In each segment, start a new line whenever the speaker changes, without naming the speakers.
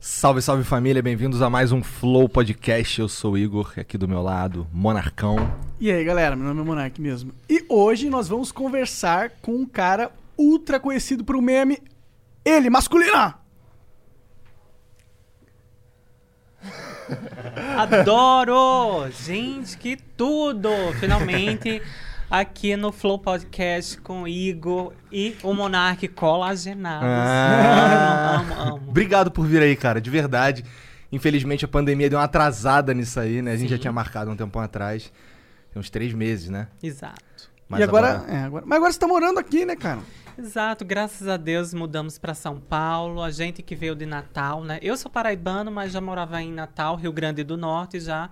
Salve, salve família, bem-vindos a mais um Flow Podcast. Eu sou o Igor, aqui do meu lado, Monarcão.
E aí, galera, meu nome é Monark mesmo. E hoje nós vamos conversar com um cara ultra conhecido pro meme, ele, masculina!
Adoro! Gente, que tudo! Finalmente, aqui no Flow Podcast com o Igor e o Monark colagenados.
Ah.
Amo, amo, amo.
Obrigado por vir aí, cara, de verdade. Infelizmente a pandemia deu uma atrasada nisso aí, né? A gente já tinha marcado um tempão atrás, tem uns três meses, né?
Exato.
Mas
e agora, é, agora- Mas agora você tá morando aqui, né, cara?
Exato, graças a Deus mudamos para São Paulo. A gente que veio de Natal, né? Eu sou paraibano, mas já morava em Natal, Rio Grande do Norte, já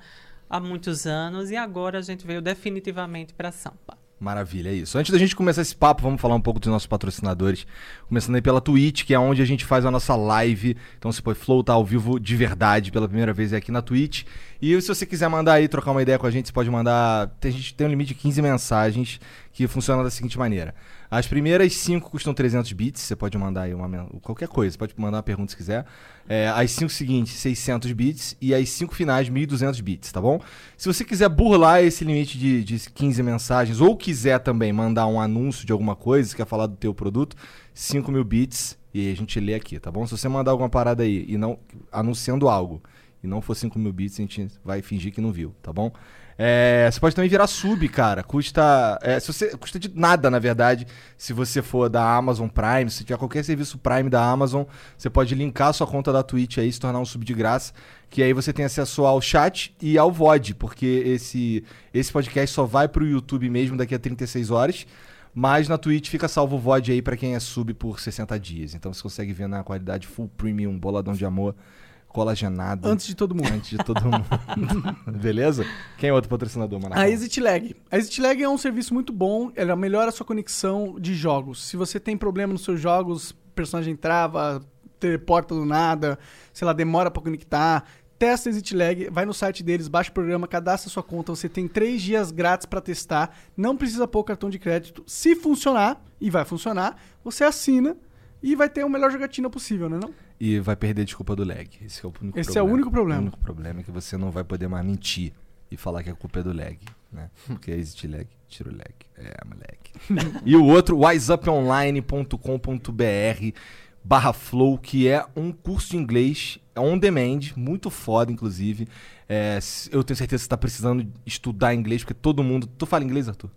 há muitos anos. E agora a gente veio definitivamente para São Paulo.
Maravilha, é isso. Antes da gente começar esse papo, vamos falar um pouco dos nossos patrocinadores. Começando aí pela Twitch, que é onde a gente faz a nossa live. Então, se for Flow, tá ao vivo de verdade pela primeira vez é aqui na Twitch. E se você quiser mandar aí, trocar uma ideia com a gente, você pode mandar. Tem, a gente tem um limite de 15 mensagens que funciona da seguinte maneira: as primeiras 5 custam 300 bits, você pode mandar aí uma, men- qualquer coisa, você pode mandar uma pergunta se quiser. É, as 5 seguintes, 600 bits. E as 5 finais, 1.200 bits, tá bom? Se você quiser burlar esse limite de, de 15 mensagens, ou quiser também mandar um anúncio de alguma coisa, quer falar do teu produto, 5 mil bits e a gente lê aqui, tá bom? Se você mandar alguma parada aí e não anunciando algo e não for 5 mil bits, a gente vai fingir que não viu, tá bom? É, você pode também virar sub, cara. Custa. é, se você, custa de nada, na verdade. Se você for da Amazon Prime, se tiver qualquer serviço Prime da Amazon, você pode linkar a sua conta da Twitch aí, se tornar um sub de graça. Que aí você tem acesso ao chat e ao VOD, porque esse, esse podcast só vai pro YouTube mesmo daqui a 36 horas. Mas na Twitch fica salvo o VOD aí pra quem é sub por 60 dias. Então você consegue ver na qualidade full premium, boladão de amor, colagenado.
Antes de todo mundo.
Antes de todo mundo. Beleza? Quem é outro patrocinador, mano?
A ExitLag. A ExitLag é um serviço muito bom, ela melhora a sua conexão de jogos. Se você tem problema nos seus jogos, personagem trava, teleporta do nada, sei lá, demora pra conectar, testa a ExitLag, vai no site deles, baixa o programa, cadastra sua conta, você tem três dias grátis pra testar, não precisa pôr cartão de crédito. Se funcionar, e vai funcionar, você assina e vai ter o melhor jogatina possível, né não?
E vai perder a desculpa do lag. Esse é o único
Esse
problema.
é o único problema.
O único problema é que você não vai poder mais mentir e falar que a culpa é do lag, né? Porque existe lag, tira o lag. É, moleque. e o outro, wiseuponline.com.br barra flow, que é um curso de inglês é on demand, muito foda, inclusive. É, s- eu tenho certeza que você tá precisando estudar inglês, porque todo mundo... Tu fala inglês, Arthur?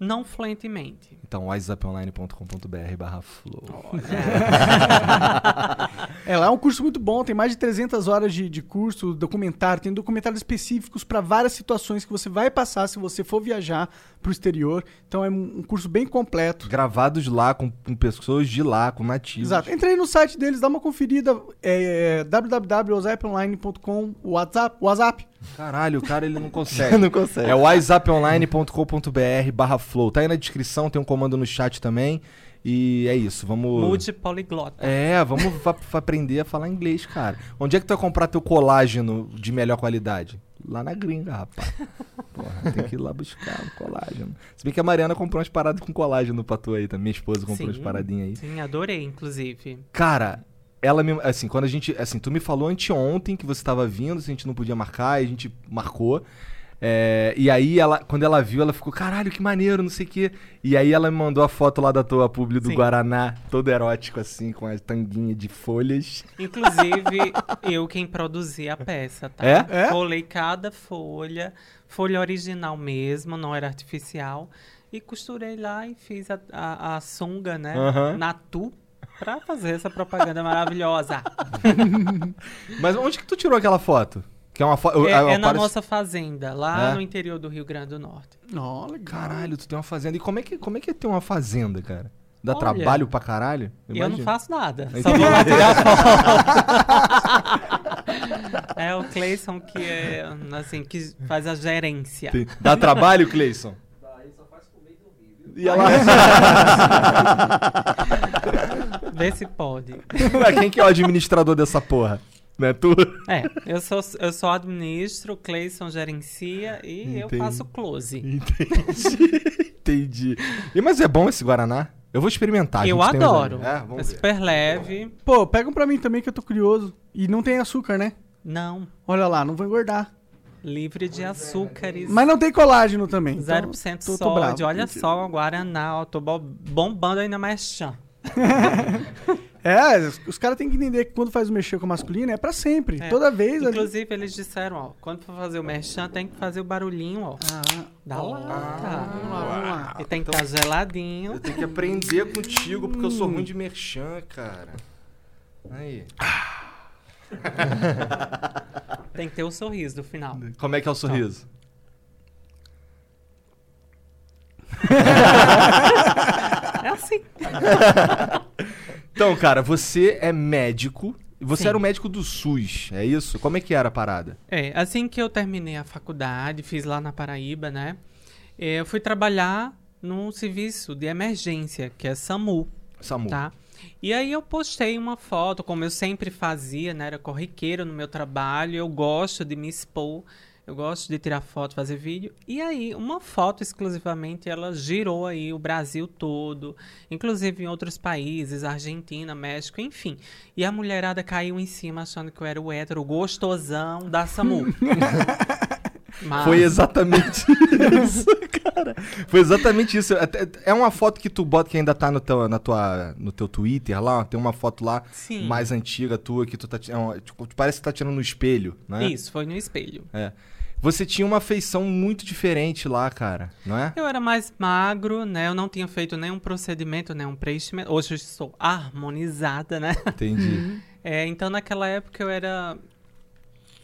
Não fluentemente.
Então, wiseuponline.com.br barra flow.
É, lá é um curso muito bom, tem mais de 300 horas de, de curso, documentário, tem documentários específicos para várias situações que você vai passar se você for viajar pro exterior. Então é um um curso bem completo.
Gravados lá, com, com pessoas de lá, com nativos.
Exato. Entra aí no site deles, dá uma conferida, é, www.whatsapponline.com, WhatsApp, WhatsApp.
Caralho, o cara ele não consegue.
Não consegue.
É whatsapponline.com.br barra flow. Tá aí na descrição, tem um comando no chat também. E é isso, vamos...
Mude poliglota.
É, vamos va- fa- aprender a falar inglês, cara. Onde é que tu vai comprar teu colágeno de melhor qualidade? Lá na gringa, rapaz. Porra, tem que ir lá buscar o colágeno. Se bem que a Mariana comprou umas paradas com colágeno pra tu aí, tá? Minha esposa comprou
Sim.
umas paradinhas aí.
Sim, adorei, inclusive.
Cara, ela me. Assim, quando a gente. Assim, tu me falou anteontem que você tava vindo, se a gente não podia marcar, e a gente marcou. É, e aí, ela, quando ela viu, ela ficou, caralho, que maneiro, não sei o quê. E aí ela me mandou a foto lá da tua publi do
Sim.
Guaraná, todo erótico, assim, com a tanguinha de folhas.
Inclusive, eu quem produzi a peça, tá?
É?
É?
Colei cada folha, folha original mesmo, não era artificial. E costurei lá e fiz a, a, a sunga, né?
Aham.
Natu, pra fazer essa propaganda maravilhosa.
Mas onde que tu tirou aquela foto? Que é uma foto.
É, é na nossa fazenda, lá
É?
no interior do Rio Grande do Norte.
Ó, legal.
Caralho, tu tem uma fazenda. E como é que, como é, que é ter uma fazenda, cara? Dá
Olha,
trabalho pra caralho?
E Eu não
Imagina. Então,
faço nada.
Aí
Só
tu-
vou lá tirar foto. é o Cleison que é, assim, que faz a gerência.
Tem- Dá trabalho, Cleison? Dá, ele só faz comer e dormir. E ela.
Vê se pode.
Ué, Quem que é o administrador dessa porra? Não é tu?
É, eu só, eu só administro, o Cleison gerencia e eu
Entendi.
faço close.
Entendi. E, mas é bom esse Guaraná? Eu vou experimentar. a
eu
gente tem
um
uns aí.
adoro.
É,
É,
vamos ver.
super leve.
Pô, pega um pra mim também que eu tô curioso. E não tem açúcar, né?
Não,
Olha lá, não vou engordar.
livre de açúcares.
Mas não tem colágeno também. então
0%
tô- tô bravo.
sódio. Olha só, Guaraná, ó, tô bo- bombando ainda mais chã.
É, os caras têm que entender que quando faz o mexer com o masculino é pra sempre.
É.
Toda vez ali-
Inclusive, eles disseram, ó, quando for fazer o merchan, tem que fazer o barulhinho, ó,
Ah,
da
vamos
lata.
lá, vamos lá.
E tem
Ah,
que
então
estar geladinho.
Eu tenho que aprender contigo, porque eu sou ruim de merchan, cara. Aí.
Tem que ter o sorriso do final.
Como é
Tá.
que é o sorriso?
É assim.
Então, cara, você é médico. Você
Sim.
era um médico do SUS, é isso? Como é que era a parada?
É, assim que eu terminei a faculdade, fiz lá na Paraíba, né? eh, Eu fui trabalhar num serviço de emergência, que é SAMU,
Samu.
tá? E aí eu postei uma foto, como eu sempre fazia, né? Era corriqueiro no meu trabalho, eu gosto de me expor, eu gosto de tirar foto, fazer vídeo. E aí, uma foto exclusivamente, ela girou aí o Brasil todo, inclusive em outros países, Argentina, México, enfim. E a mulherada caiu em cima achando que eu era o hétero gostosão da SAMU. Mas-
Foi exatamente isso, cara. Foi exatamente isso. Até- É uma foto que tu bota que ainda tá no teu, na tua, no teu Twitter lá. Tem uma foto lá
Sim.
mais antiga tua que tu tá. ti- é uma- tipo, parece que tá tirando no espelho, né?
Isso, foi no espelho.
É. Você tinha uma feição muito diferente lá, cara, não é?
Eu era mais magro, né? Eu não tinha feito nenhum procedimento, nenhum preenchimento. Hoje eu estou harmonizada, né?
Entendi.
É, então naquela época eu era.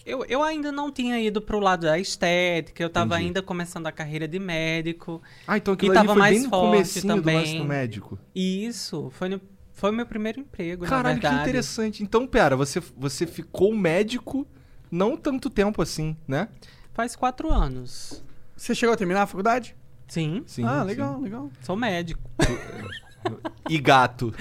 Eu, eu ainda não tinha ido pro lado da estética, eu tava
Entendi.
ainda começando a carreira de médico.
Ah, então aquilo
E
ali
tava
foi bem
mais
no
forte
comecinho do
também.
lance do médico.
E isso foi, no, foi o meu primeiro emprego, na
Caralho, que
verdade.
interessante. Então, pera, você, você ficou médico não tanto tempo assim, né?
Faz quatro anos.
Você chegou a terminar a faculdade?
Sim,
Sim.
ah,
sim.
legal, legal.
sou médico.
E gato.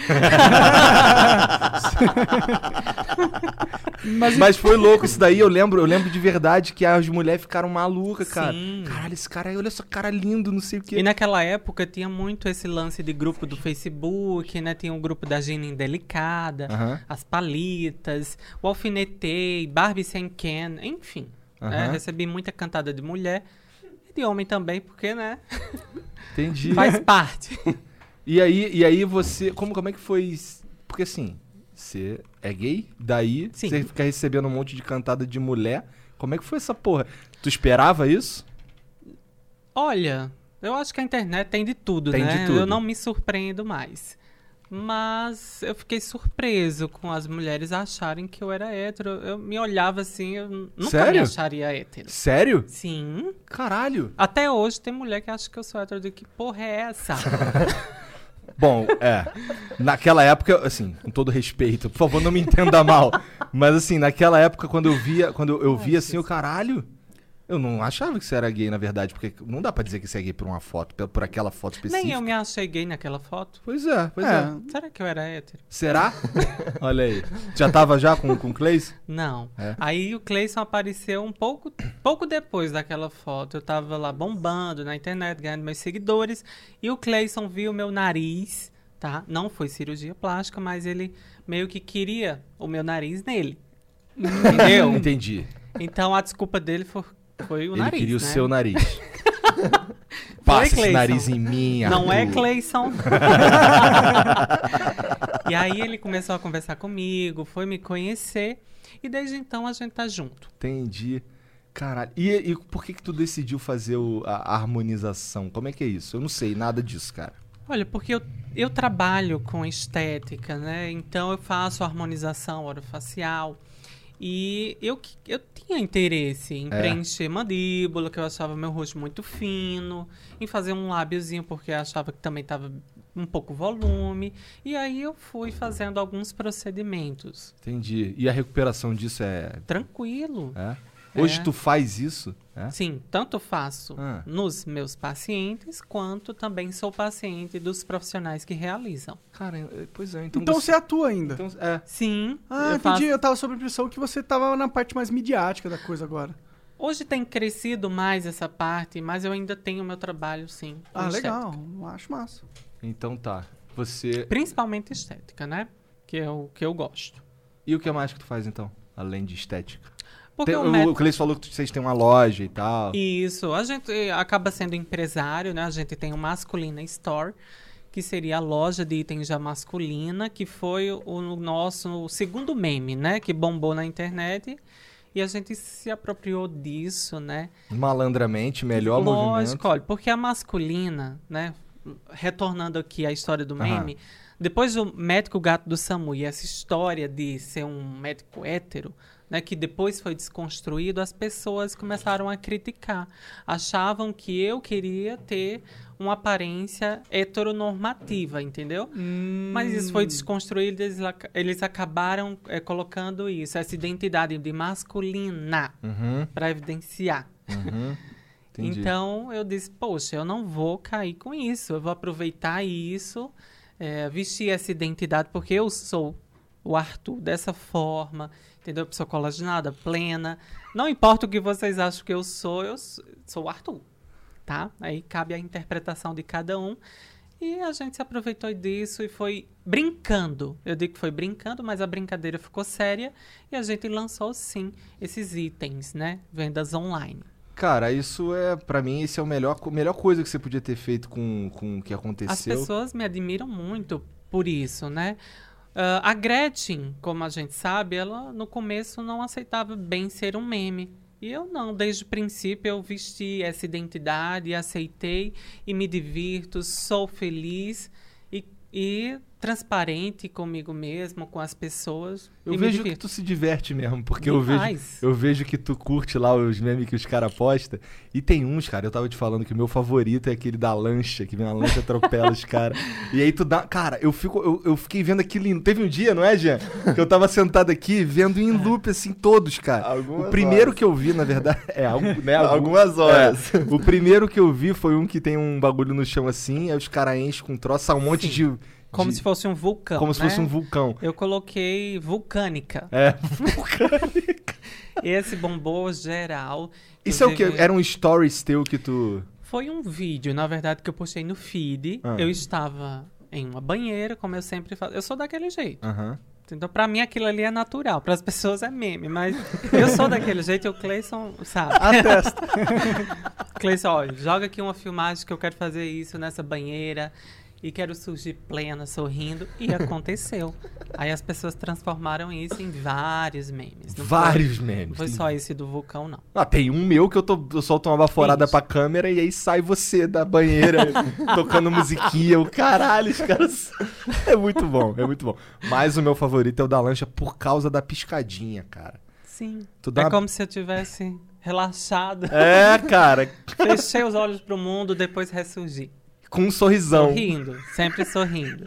Mas, foi louco isso daí, eu lembro, eu lembro de verdade que as mulheres ficaram malucas, cara.
Sim.
Caralho, esse cara, olha só, cara lindo, não sei o
E
quê.
naquela época tinha muito esse lance de grupo do Facebook, né? Tinha o grupo da Gina Indelicada,
Aham.
as palitas, o alfinetei, Barbie sem Ken, enfim. né?
Aham.
Recebi muita cantada de mulher e de homem também, porque, né?
Entendi.
Faz parte.
E aí, e aí você. Como, como é que foi. s- Porque assim, você é gay, daí
Sim.
você fica recebendo um monte de cantada de mulher. Como é que foi essa porra? Tu esperava isso?
Olha, eu acho que a internet tem de tudo,
Tem de
né?
tudo.
Eu não me surpreendo mais. Mas eu fiquei surpreso com as mulheres acharem que eu era hétero. Eu me olhava assim, eu n- nunca me
Sério?
acharia hétero.
Sério?
Sim.
Caralho!
Até hoje tem mulher que acha que eu sou hétero. Eu digo, que porra é essa?
Bom, é. Naquela época, assim, com todo respeito, por favor, não me entenda mal. Mas assim, naquela época, quando eu via, quando eu via assim, o caralho. Eu não achava que você era gay, na verdade, porque não dá pra dizer que você é gay por uma foto, pe- por aquela foto específica.
Nem eu me achei gay naquela foto.
Pois é, pois é.
É.
Será que eu era hétero?
Será? Olha aí. Já tava já com, com o Cleis?
Não.
É.
Aí o Cleison apareceu um pouco, pouco depois daquela foto. Eu tava lá bombando na internet, ganhando meus seguidores. E o Cleison viu meu nariz, tá? Não foi cirurgia plástica, mas ele meio que queria o meu nariz nele. Entendeu?
Entendi.
então a desculpa dele foi, foi o
Ele
nariz.
queria o
né?
seu nariz. Passa esse
Cleison.
nariz em mim,
Não é
Arthur.
Cleison. e aí ele começou a conversar comigo, foi me conhecer. E desde então a gente tá junto.
Entendi. Caralho. E, e por que que tu decidiu fazer o- a harmonização? Como é que é isso? Eu não sei nada disso, cara.
Olha, porque eu, eu trabalho com estética, né? Então eu faço harmonização orofacial. E eu, que- eu tinha interesse em
É.
preencher mandíbula, que eu achava meu rosto muito fino, em fazer um lábiozinho, porque eu achava que também tava um pouco volume. E aí eu fui fazendo alguns procedimentos.
Entendi. E a recuperação disso é...
Tranquilo.
é? Hoje tu faz isso? É?
Sim, tanto faço
Ah.
nos meus pacientes, quanto também sou paciente dos profissionais que realizam.
Cara, é- pois é. Então,
Então
você...
você atua ainda.
Então, é.
Sim,
Ah,
eu
entendi.
faço-
Eu tava sob a impressão que você tava na parte mais midiática da coisa agora.
Hoje tem crescido mais essa parte, mas eu ainda tenho meu trabalho, sim. com
Ah,
estética.
legal. Acho massa.
Então tá. Você.
Principalmente estética, né? Que é o que eu gosto.
E o que mais que tu faz então? Além de estética?
Porque
Tem-
o
o
método-
o Cleiton falou que vocês têm uma loja e tal.
Isso, a gente acaba sendo empresário, né? A gente tem o Masculina Store, que seria a loja de itens já masculina, que foi o nosso segundo meme, né? Que bombou na internet. E a gente se apropriou disso, né?
Malandramente, melhor
Lógico,
movimento.
olha, porque a masculina, né? Retornando aqui à história do
Aham.
meme, depois do médico gato do SAMU e essa história de ser um médico hétero, né, que depois foi desconstruído, as pessoas começaram a criticar. Achavam que eu queria ter uma aparência heteronormativa, entendeu? Mas isso
Hum.
foi desconstruído, eles, ac- eles acabaram eh, colocando isso, essa identidade de masculina,
Uhum,
para evidenciar.
uhum. Entendi.
Então eu disse, poxa, eu não vou cair com isso, eu vou aproveitar isso, eh, vestir essa identidade, porque eu sou o Arthur dessa forma, entendeu? Pessoa colagenada, plena. Não importa o que vocês acham que eu sou, eu s- sou o Arthur, tá? Aí cabe a interpretação de cada um. E a gente se aproveitou disso e foi brincando. Eu digo que foi brincando, mas a brincadeira ficou séria e a gente lançou sim esses itens, né? Vendas online.
Cara, isso é, pra mim, esse é o melhor, co- melhor coisa que você podia ter feito com, com o que
As
aconteceu.
pessoas me admiram muito por isso, né? Ah, a Gretchen, como a gente sabe, ela no começo não aceitava bem ser um meme. E eu não, desde o princípio eu vesti essa identidade, aceitei e me divirto, sou feliz e, e transparente comigo mesmo, com as pessoas.
Eu
e me
vejo que
divirto.
tu se diverte mesmo, porque eu vejo.
Demais.
Eu vejo que tu curte lá os memes que os caras postam. E tem uns, cara, eu tava te falando que o meu favorito é aquele da lancha, que vem uma lancha e atropela os caras. E aí tu dá. Cara, eu, fico, eu, eu fiquei vendo aquilo. Teve um dia, não é, Jean? Que eu tava sentado aqui vendo em loop, assim, todos, cara.
Algumas
o primeiro
horas.
que eu vi, na verdade. É, algu- né, algum-
Algumas horas.
é. o primeiro que eu vi foi um que tem um bagulho no chão assim, aí os caras enchem com um troço, sai um monte
Sim.
de.
Como
de-
se fosse um vulcão.
como se fosse
né?
um vulcão.
Eu coloquei vulcânica.
É.
Esse bombou geral.
Isso é o quê?
Inclusive,
Era um stories teu que tu.
Foi um vídeo, na verdade, que eu postei no feed.
Ah.
Eu estava em uma banheira, como eu sempre faço. Eu sou daquele jeito.
Aham.
Então, pra mim, aquilo ali é natural. Para as pessoas é meme, mas eu sou daquele jeito e o Cleison sabe.
Atesta.
Cleison, olha, joga aqui uma filmagem que eu quero fazer isso nessa banheira e quero surgir plena, sorrindo. E aconteceu. Aí as pessoas transformaram isso em vários memes. Não foi-
Vários
Não
memes.
foi
Tem-
só esse do vulcão, não.
Ah, tem um meu que eu, tô, eu solto uma baforada
Isso.
pra câmera e aí sai você da banheira tocando musiquinha. Eu, caralho, os caras. É muito bom, é muito bom. Mas o meu favorito é o da lancha por causa da piscadinha, cara.
Sim.
Tu dá
é
uma-
como se eu tivesse relaxado,
É, cara,
fechei os olhos pro mundo, depois ressurgi.
com um sorrisão.
Sorrindo, sempre sorrindo.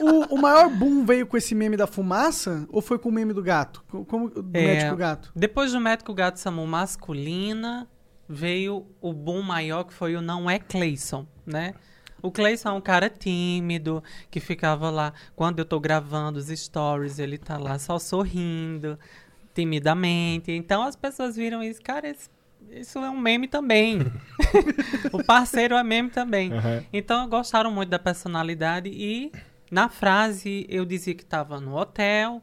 O, o maior boom veio com esse meme da fumaça ou foi com o meme do gato? Co- Como, do
É.
médico gato?
Depois do médico gato Samu masculina, veio o boom maior que foi o não é Cleison, né? O Cleison é um cara tímido, que ficava lá. Quando eu tô gravando os stories, ele tá lá só sorrindo, timidamente. Então as pessoas viram isso, cara, esse- isso é um meme também. o parceiro é meme também.
Aham.
Então gostaram muito da personalidade e na frase eu dizia que estava no hotel,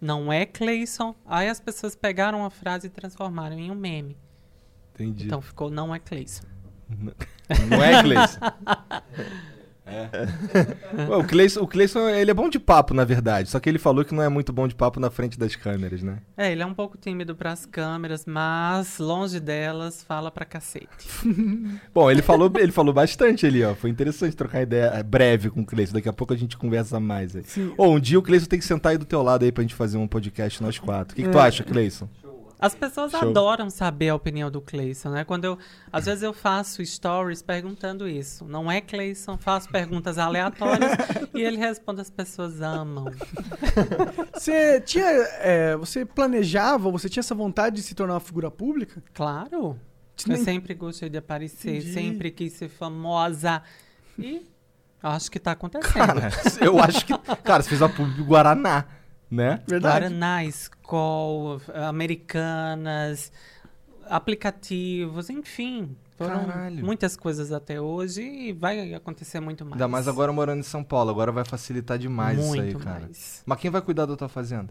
não é Cleison. Aí as pessoas pegaram a frase e transformaram em um meme.
Entendi.
Então ficou não é Cleison.
Não é, Cleison? É. Ué, o Cleison, o Cleison, ele é bom de papo, na verdade. Só que ele falou que não é muito bom de papo na frente das câmeras, né?
É, ele é um pouco tímido para as câmeras, mas longe delas fala pra cacete.
Bom, ele falou, ele falou bastante ali, ó. Foi interessante trocar ideia é, breve com o Cleison. Daqui a pouco a gente conversa mais aí. Ou um dia o Cleison tem que sentar aí do teu lado aí pra gente fazer um podcast nós quatro. O que, que tu acha, Cleison?
As pessoas
Show.
adoram saber a opinião do Cleison, né? Quando eu, às vezes eu faço stories perguntando isso. Não é Cleison, faço perguntas aleatórias e ele responde as pessoas amam.
Você tinha. é, você planejava, você tinha essa vontade de se tornar uma figura pública?
Claro.
Te
Eu
nem-
sempre gostei de aparecer,
Entendi.
sempre quis ser famosa. E acho que tá acontecendo.
Cara, eu acho que. Cara, você fez a pub do Guaraná, né?
Verdade.
Guaraná, Skol, Americanas, aplicativos, enfim. Foram
Caralho.
muitas coisas até hoje e vai acontecer muito mais.
Ainda mais agora morando em São Paulo. Agora vai facilitar demais
muito
isso aí, cara.
mais.
Mas quem vai cuidar da tua fazenda?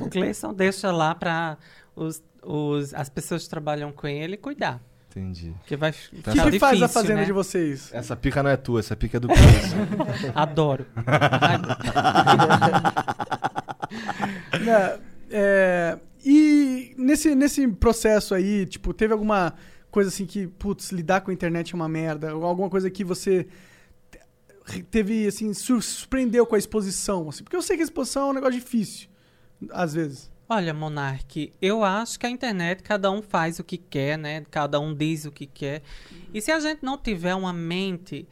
O Cleison deixa lá para os, os, as pessoas que trabalham com ele cuidar.
Entendi.
Porque vai
O
Tá
que, que faz a
difícil,
fazenda
né?
de vocês?
Essa pica não é tua, essa pica é do
Tá
Pedro.
Adoro. Ai,
Né, é, e nesse, nesse processo aí, tipo, teve alguma coisa assim que, putz, lidar com a internet é uma merda? Ou alguma coisa que você te- teve, assim, sur- surpreendeu com a exposição? assim? Porque eu sei que a exposição é um negócio difícil, às vezes.
Olha, Monark, eu acho que a internet cada um faz o que quer, né? Cada um diz o que quer. E se a gente não tiver uma mente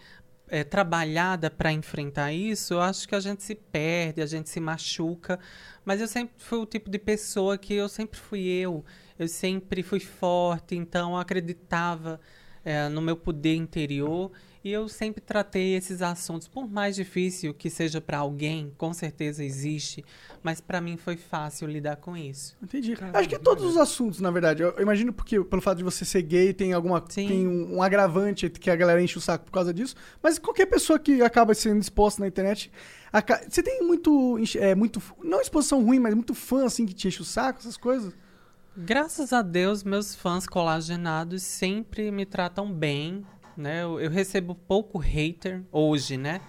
eh, trabalhada para enfrentar isso, eu acho que a gente se perde, a gente se machuca. Mas eu sempre fui o tipo de pessoa que eu sempre fui eu. Eu sempre fui forte, então eu acreditava eh, no meu poder interior. E eu sempre tratei esses assuntos, por mais difícil que seja para alguém, com certeza existe, mas para mim foi fácil lidar com isso.
Entendi.
Caramba,
Acho que é todos os assuntos, na verdade. Eu eu imagino porque, pelo fato de você ser gay, tem alguma
Sim.
tem um, um agravante que a galera enche o saco por causa disso. Mas qualquer pessoa que acaba sendo exposta na internet. aca- Você tem muito, enche- é, muito. f- Não exposição ruim, mas muito fã, assim, que te enche o saco, essas coisas.
Graças a Deus, meus fãs colagenados sempre me tratam bem, né? Eu, eu recebo pouco hater hoje, né?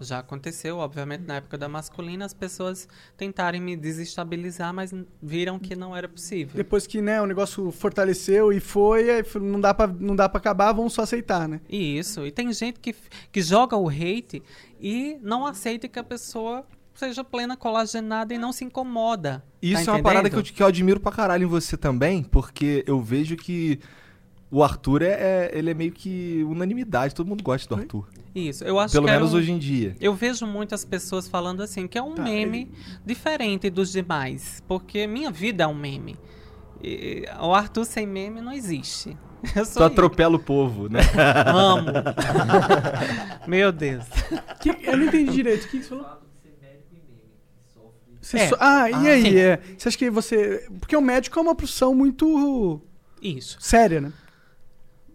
Já aconteceu, obviamente, na época da masculina, as pessoas tentaram me desestabilizar, mas n- viram que não era possível.
Depois que, né, o negócio fortaleceu e foi, aí foi, não dá pra, não dá pra acabar, vamos só aceitar, né?
E isso, e tem gente que, f- que joga o hate e não aceita que a pessoa seja plena colagenada e não se incomoda.
Isso
Tá
é uma parada que eu, te-
entendendo?
que eu admiro pra caralho em você também, porque eu vejo que o Arthur é, é- ele é meio que unanimidade, todo mundo gosta do Arthur.
Isso, eu acho
Pelo
que é
menos
um-
hoje em dia.
Eu vejo muitas pessoas falando assim, que é um
Tá,
meme diferente dos demais, porque minha vida é um meme. E, o Arthur sem meme não existe. Eu
Tu
sou eu.
atropela o povo, né?
Amo. Meu Deus.
Que- eu não entendi direito. O que que você falou? Você
É.
so- Ah, e
Ah,
aí?
sim.
é, você acha que você. Porque o médico é uma profissão muito
Isso.
séria, né?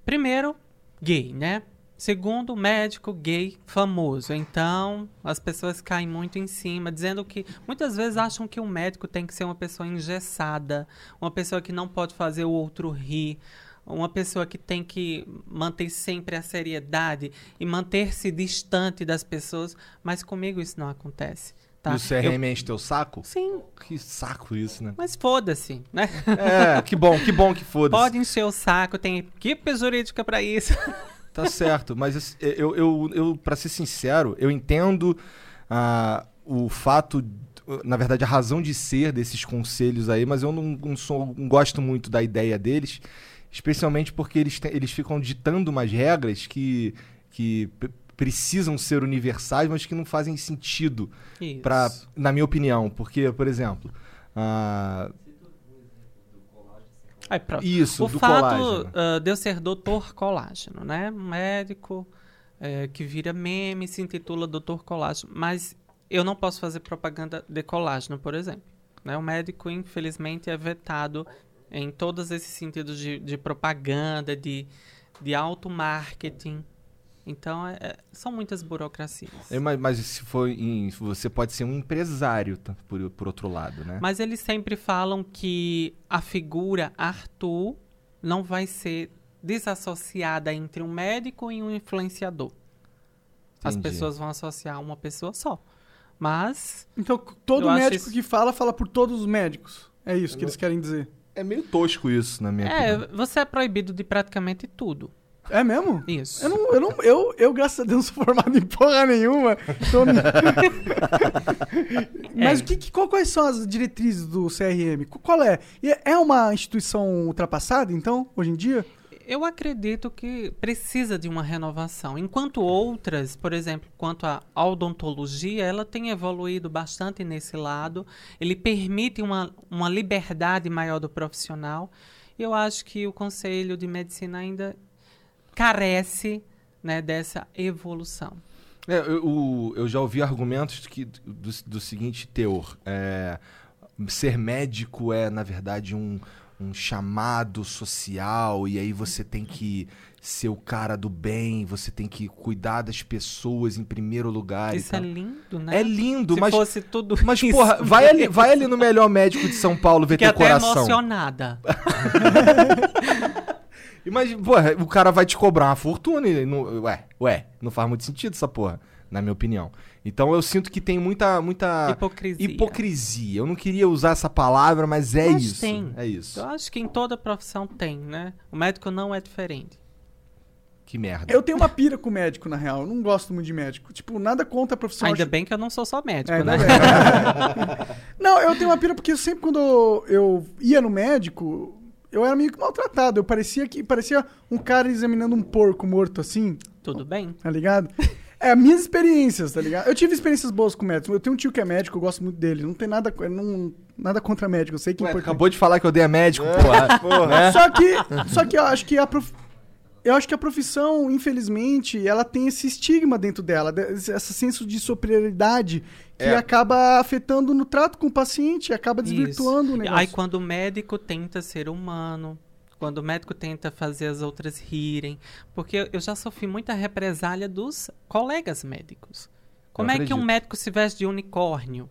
Primeiro, gay, né? Segundo, médico gay famoso. Então, as pessoas caem muito em cima, dizendo que muitas vezes acham que o médico tem que ser uma pessoa engessada, uma pessoa que não pode fazer o outro rir, uma pessoa que tem que manter sempre a seriedade e manter-se distante das pessoas. Mas comigo isso não acontece. Tá?
E o
Eu-
CRM enche teu saco?
Sim,
Que saco isso, né?
mas foda-se, né?
É, que bom, que bom que foda-se.
Pode encher o saco, tem equipe jurídica para isso.
Tá certo, mas assim, eu, eu, eu para ser sincero, eu entendo ah, o fato, na verdade, a razão de ser desses conselhos aí, mas eu não, não sou, não gosto muito da ideia deles, especialmente porque eles, te- eles ficam ditando umas regras que, que pre- precisam ser universais, mas que não fazem sentido
Isso.
para na minha opinião porque por exemplo ah,
Aí, pronto.
isso
o
do
fato
colágeno
ah, de eu ser doutor colágeno, né? Um médico eh, que vira meme, se intitula doutor colágeno. Mas eu não posso fazer propaganda de colágeno, por exemplo. Né? O médico, infelizmente, é vetado em todos esses sentidos de, de propaganda, de, de auto-marketing. Então, é- é- são muitas burocracias.
É, mas, mas se for em- você pode ser um empresário tá, por, por outro lado né
Mas eles sempre falam que a figura Arthur não vai ser desassociada entre um médico e um influenciador. As
Entendi.
pessoas vão associar uma pessoa só. Mas
Então, c- todo
Eu acho
médico
isso-
que fala, fala por todos os médicos. É isso que eles querem dizer.
é meio tosco isso na minha
é,
opinião
você é proibido de praticamente tudo.
É mesmo?
Isso.
Eu não, eu não, eu, eu, graças a Deus, não sou formado em porra nenhuma. então não-
É.
Mas o que, que- qual- quais são as diretrizes do CRM? Qu- Qual é? E é- É uma instituição ultrapassada, então, hoje em dia?
Eu acredito que precisa de uma renovação. Enquanto outras, por exemplo, quanto à odontologia, ela tem evoluído bastante nesse lado. Ele permite uma, uma liberdade maior do profissional. Eu acho que o Conselho de Medicina ainda carece né, dessa evolução.
É, eu, o- eu já ouvi argumentos que, do, do seguinte teor é, ser médico é na verdade um um chamado social e aí você tem que ser o cara do bem, você tem que cuidar das pessoas em primeiro lugar. e
Isso é
tal.
lindo, né?
Ah, É lindo,
Se
mas
fosse tudo
mas
isso
porra, vai ali,
mesmo.
vai ali no melhor médico de São Paulo ver
Fiquei
teu
até
coração.
emocionada.
Imagina, porra, o cara vai te cobrar uma fortuna e não, ué, ué, não faz muito sentido essa porra, na minha opinião. Então eu sinto que tem muita muita
Hipocrisia.
Ah, hipocrisia. Eu não queria usar essa palavra, mas é
Mas
isso.
tem.
É isso.
Então,
Eu acho que em toda profissão tem, né? O médico não é diferente.
Que merda.
Eu tenho uma pira com médico, na real. Eu não gosto muito de médico. Tipo, nada contra a profissão.
Ainda
acho-
bem que eu não sou só médico,
É,
né?
também. não, eu tenho uma pira porque sempre quando eu ia no médico, eu era meio que maltratado. Eu parecia que parecia um cara examinando um porco morto assim,
Tudo bem?
tá ligado? É, minhas experiências, tá ligado? Eu tive experiências boas com médicos. Eu tenho um tio que é médico, eu gosto muito dele. Não tem nada, co- não, nada contra médico. Eu sei que é
Ué, tu
importante.
acabou de falar que eu odeia médico, porra. né?
Só que, só que eu acho que a prof- eu acho que a profissão, infelizmente, ela tem esse estigma dentro dela, de- esse esse senso de superioridade que
É.
acaba afetando no trato com o paciente, acaba desvirtuando o
Isso.
um negócio.
Aí quando o médico tenta ser humano, quando o médico tenta fazer as outras rirem, porque eu- eu já sofri muita represália dos colegas médicos. Como é que
acredito.
um médico se veste de unicórnio?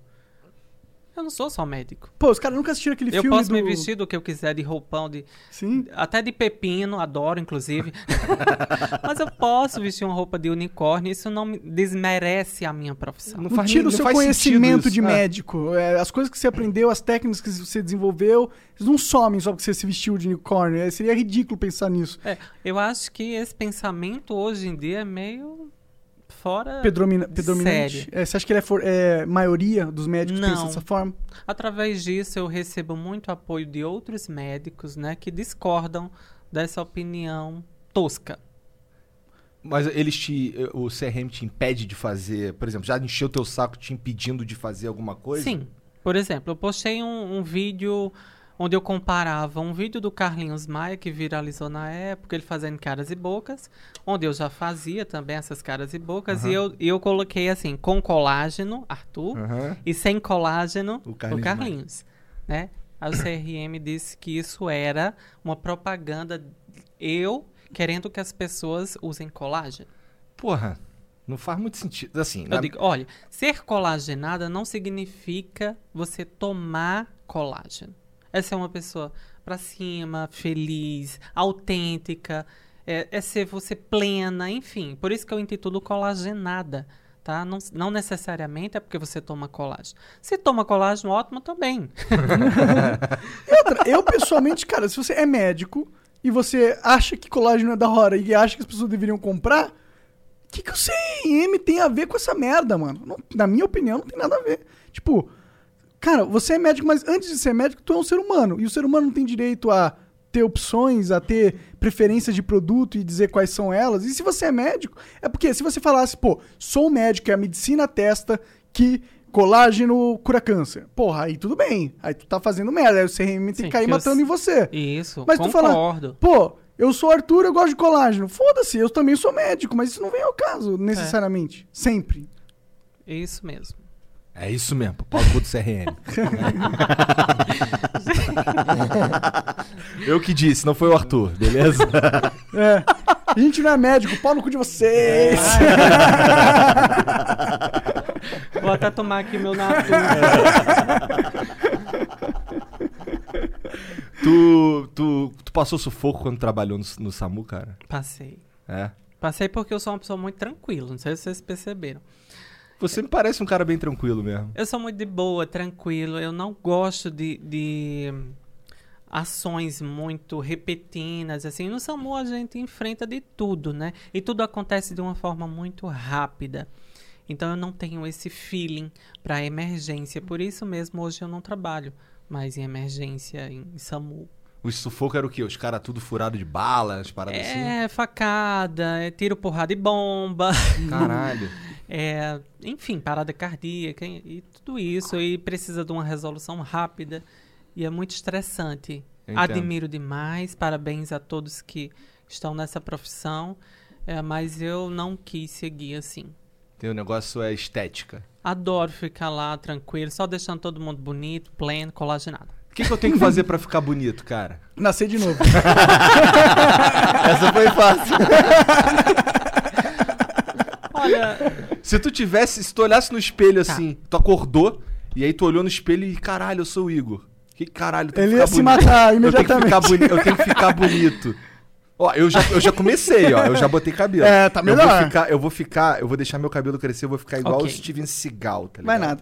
Eu não sou só médico.
Pô, os caras nunca assistiram aquele
eu
filme
posso
do...
me vestir do que eu quiser, de roupão, de
Sim.
até de pepino, adoro, inclusive. Mas eu posso vestir uma roupa de unicórnio, isso não me desmerece a minha profissão.
Não
Não,
faz
tira
nem-
o
não
seu
faz sentido
conhecimento
isso.
de
É.
médico. É, as coisas que você aprendeu, as técnicas que você desenvolveu, eles não somem só porque você se vestiu de unicórnio. É, seria ridículo pensar nisso.
É, eu acho que esse pensamento hoje em dia é meio fora.
Predomina- predominante.
Sério.
É, você acha que ele é, for- é, maioria dos médicos
Não.
pensa dessa forma?
Através disso, eu recebo muito apoio de outros médicos, né, que discordam dessa opinião tosca.
Mas eles te. O CRM te impede de fazer. Por exemplo, já encheu teu saco te impedindo de fazer alguma coisa?
Sim. Por exemplo, eu postei um, um vídeo onde eu comparava um vídeo do Carlinhos Maia, que viralizou na época, ele fazendo caras e bocas, onde eu já fazia também essas caras e bocas, e eu, e eu coloquei assim, com colágeno, Arthur,
Aham.
e sem colágeno,
O
o
Carlinhos
Carlinhos. né? Aí o CRM disse que isso era uma propaganda, eu querendo que as pessoas usem colágeno.
Porra, não faz muito sentido. Assim,
Eu
na-
digo, olha, ser colagenada não significa você tomar colágeno. Essa é uma pessoa pra cima, feliz, autêntica, é, é ser você plena, enfim. Por isso que eu intitulo colagenada, tá? Não, não necessariamente é porque você toma colágeno. Se toma colágeno, ótimo também.
Outra, eu pessoalmente, cara, se você é médico e você acha que colágeno é da hora e acha que as pessoas deveriam comprar, o que, que o CRM tem a ver com essa merda, mano? Não- na minha opinião, não tem nada a ver. Tipo, cara, você é médico, mas antes de ser médico, tu é um ser humano. E o ser humano não tem direito a ter opções, a ter preferências de produto e dizer quais são elas. E se você é médico, é porque se você falasse, pô, sou um médico, é a medicina testa que colágeno cura câncer. Porra, aí tudo bem. Aí tu tá fazendo merda, aí o CRM tem que
Sim,
cair
que eu
matando
s-
em você.
Isso,
Mas tu fala-
concordo.
Pô, eu sou Arthur, eu gosto de colágeno. Foda-se, eu também sou médico, mas isso não vem ao
É.
caso, necessariamente. Sempre.
Isso mesmo.
É isso mesmo, pau no cu do CRM. Eu que disse, não foi o Arthur, beleza?
É. A gente não é médico, pau no cu de
É,
vocês.
Vou até tomar aqui meu natura.
tu, tu, tu passou sufoco quando trabalhou no, no SAMU, cara?
Passei.
É.
Passei porque eu sou uma pessoa muito tranquila, não sei se vocês perceberam.
Você me parece um cara bem tranquilo mesmo.
Eu sou muito de boa, tranquilo. Eu não gosto de, de ações muito repetidas, assim. No SAMU a gente enfrenta de tudo, né? E tudo acontece de uma forma muito rápida. Então eu não tenho esse feeling para emergência. Por isso mesmo hoje eu não trabalho mais em emergência, em SAMU.
Os sufoco era o quê? Os caras tudo furado de bala, as paradas assim?
É facada, é tiro, porrada e bomba.
assim? Caralho.
É, enfim, parada cardíaca e e tudo isso. E precisa de uma resolução rápida. E é muito estressante.
Eu entendo.
Admiro demais. Parabéns a todos que estão nessa profissão. é, mas eu não quis seguir assim.
Tem um negócio é estética.
Adoro ficar lá tranquilo, só deixando todo mundo bonito, pleno, colagenado.
O que, que eu tenho que fazer pra ficar bonito, cara?
Nascer de novo.
Essa foi fácil.
Olha,
Se tu tivesse, se tu olhasse no espelho
Tá.
assim, tu acordou, e aí tu olhou no espelho e caralho, eu sou o Igor. Que caralho, eu tenho
Ele
que
ia
ficar
se
bonito.
matar
Eu tenho que ficar
imediatamente.
bonito. Eu tenho que ficar bonito. Ó, eu já, eu já comecei, ó. Eu já botei cabelo.
É, tá
Eu vou
melhor.
ficar, eu vou ficar, eu vou deixar meu cabelo crescer, eu vou ficar igual
Ok.
o Steven Seagal, tá ligado?
Vai nada.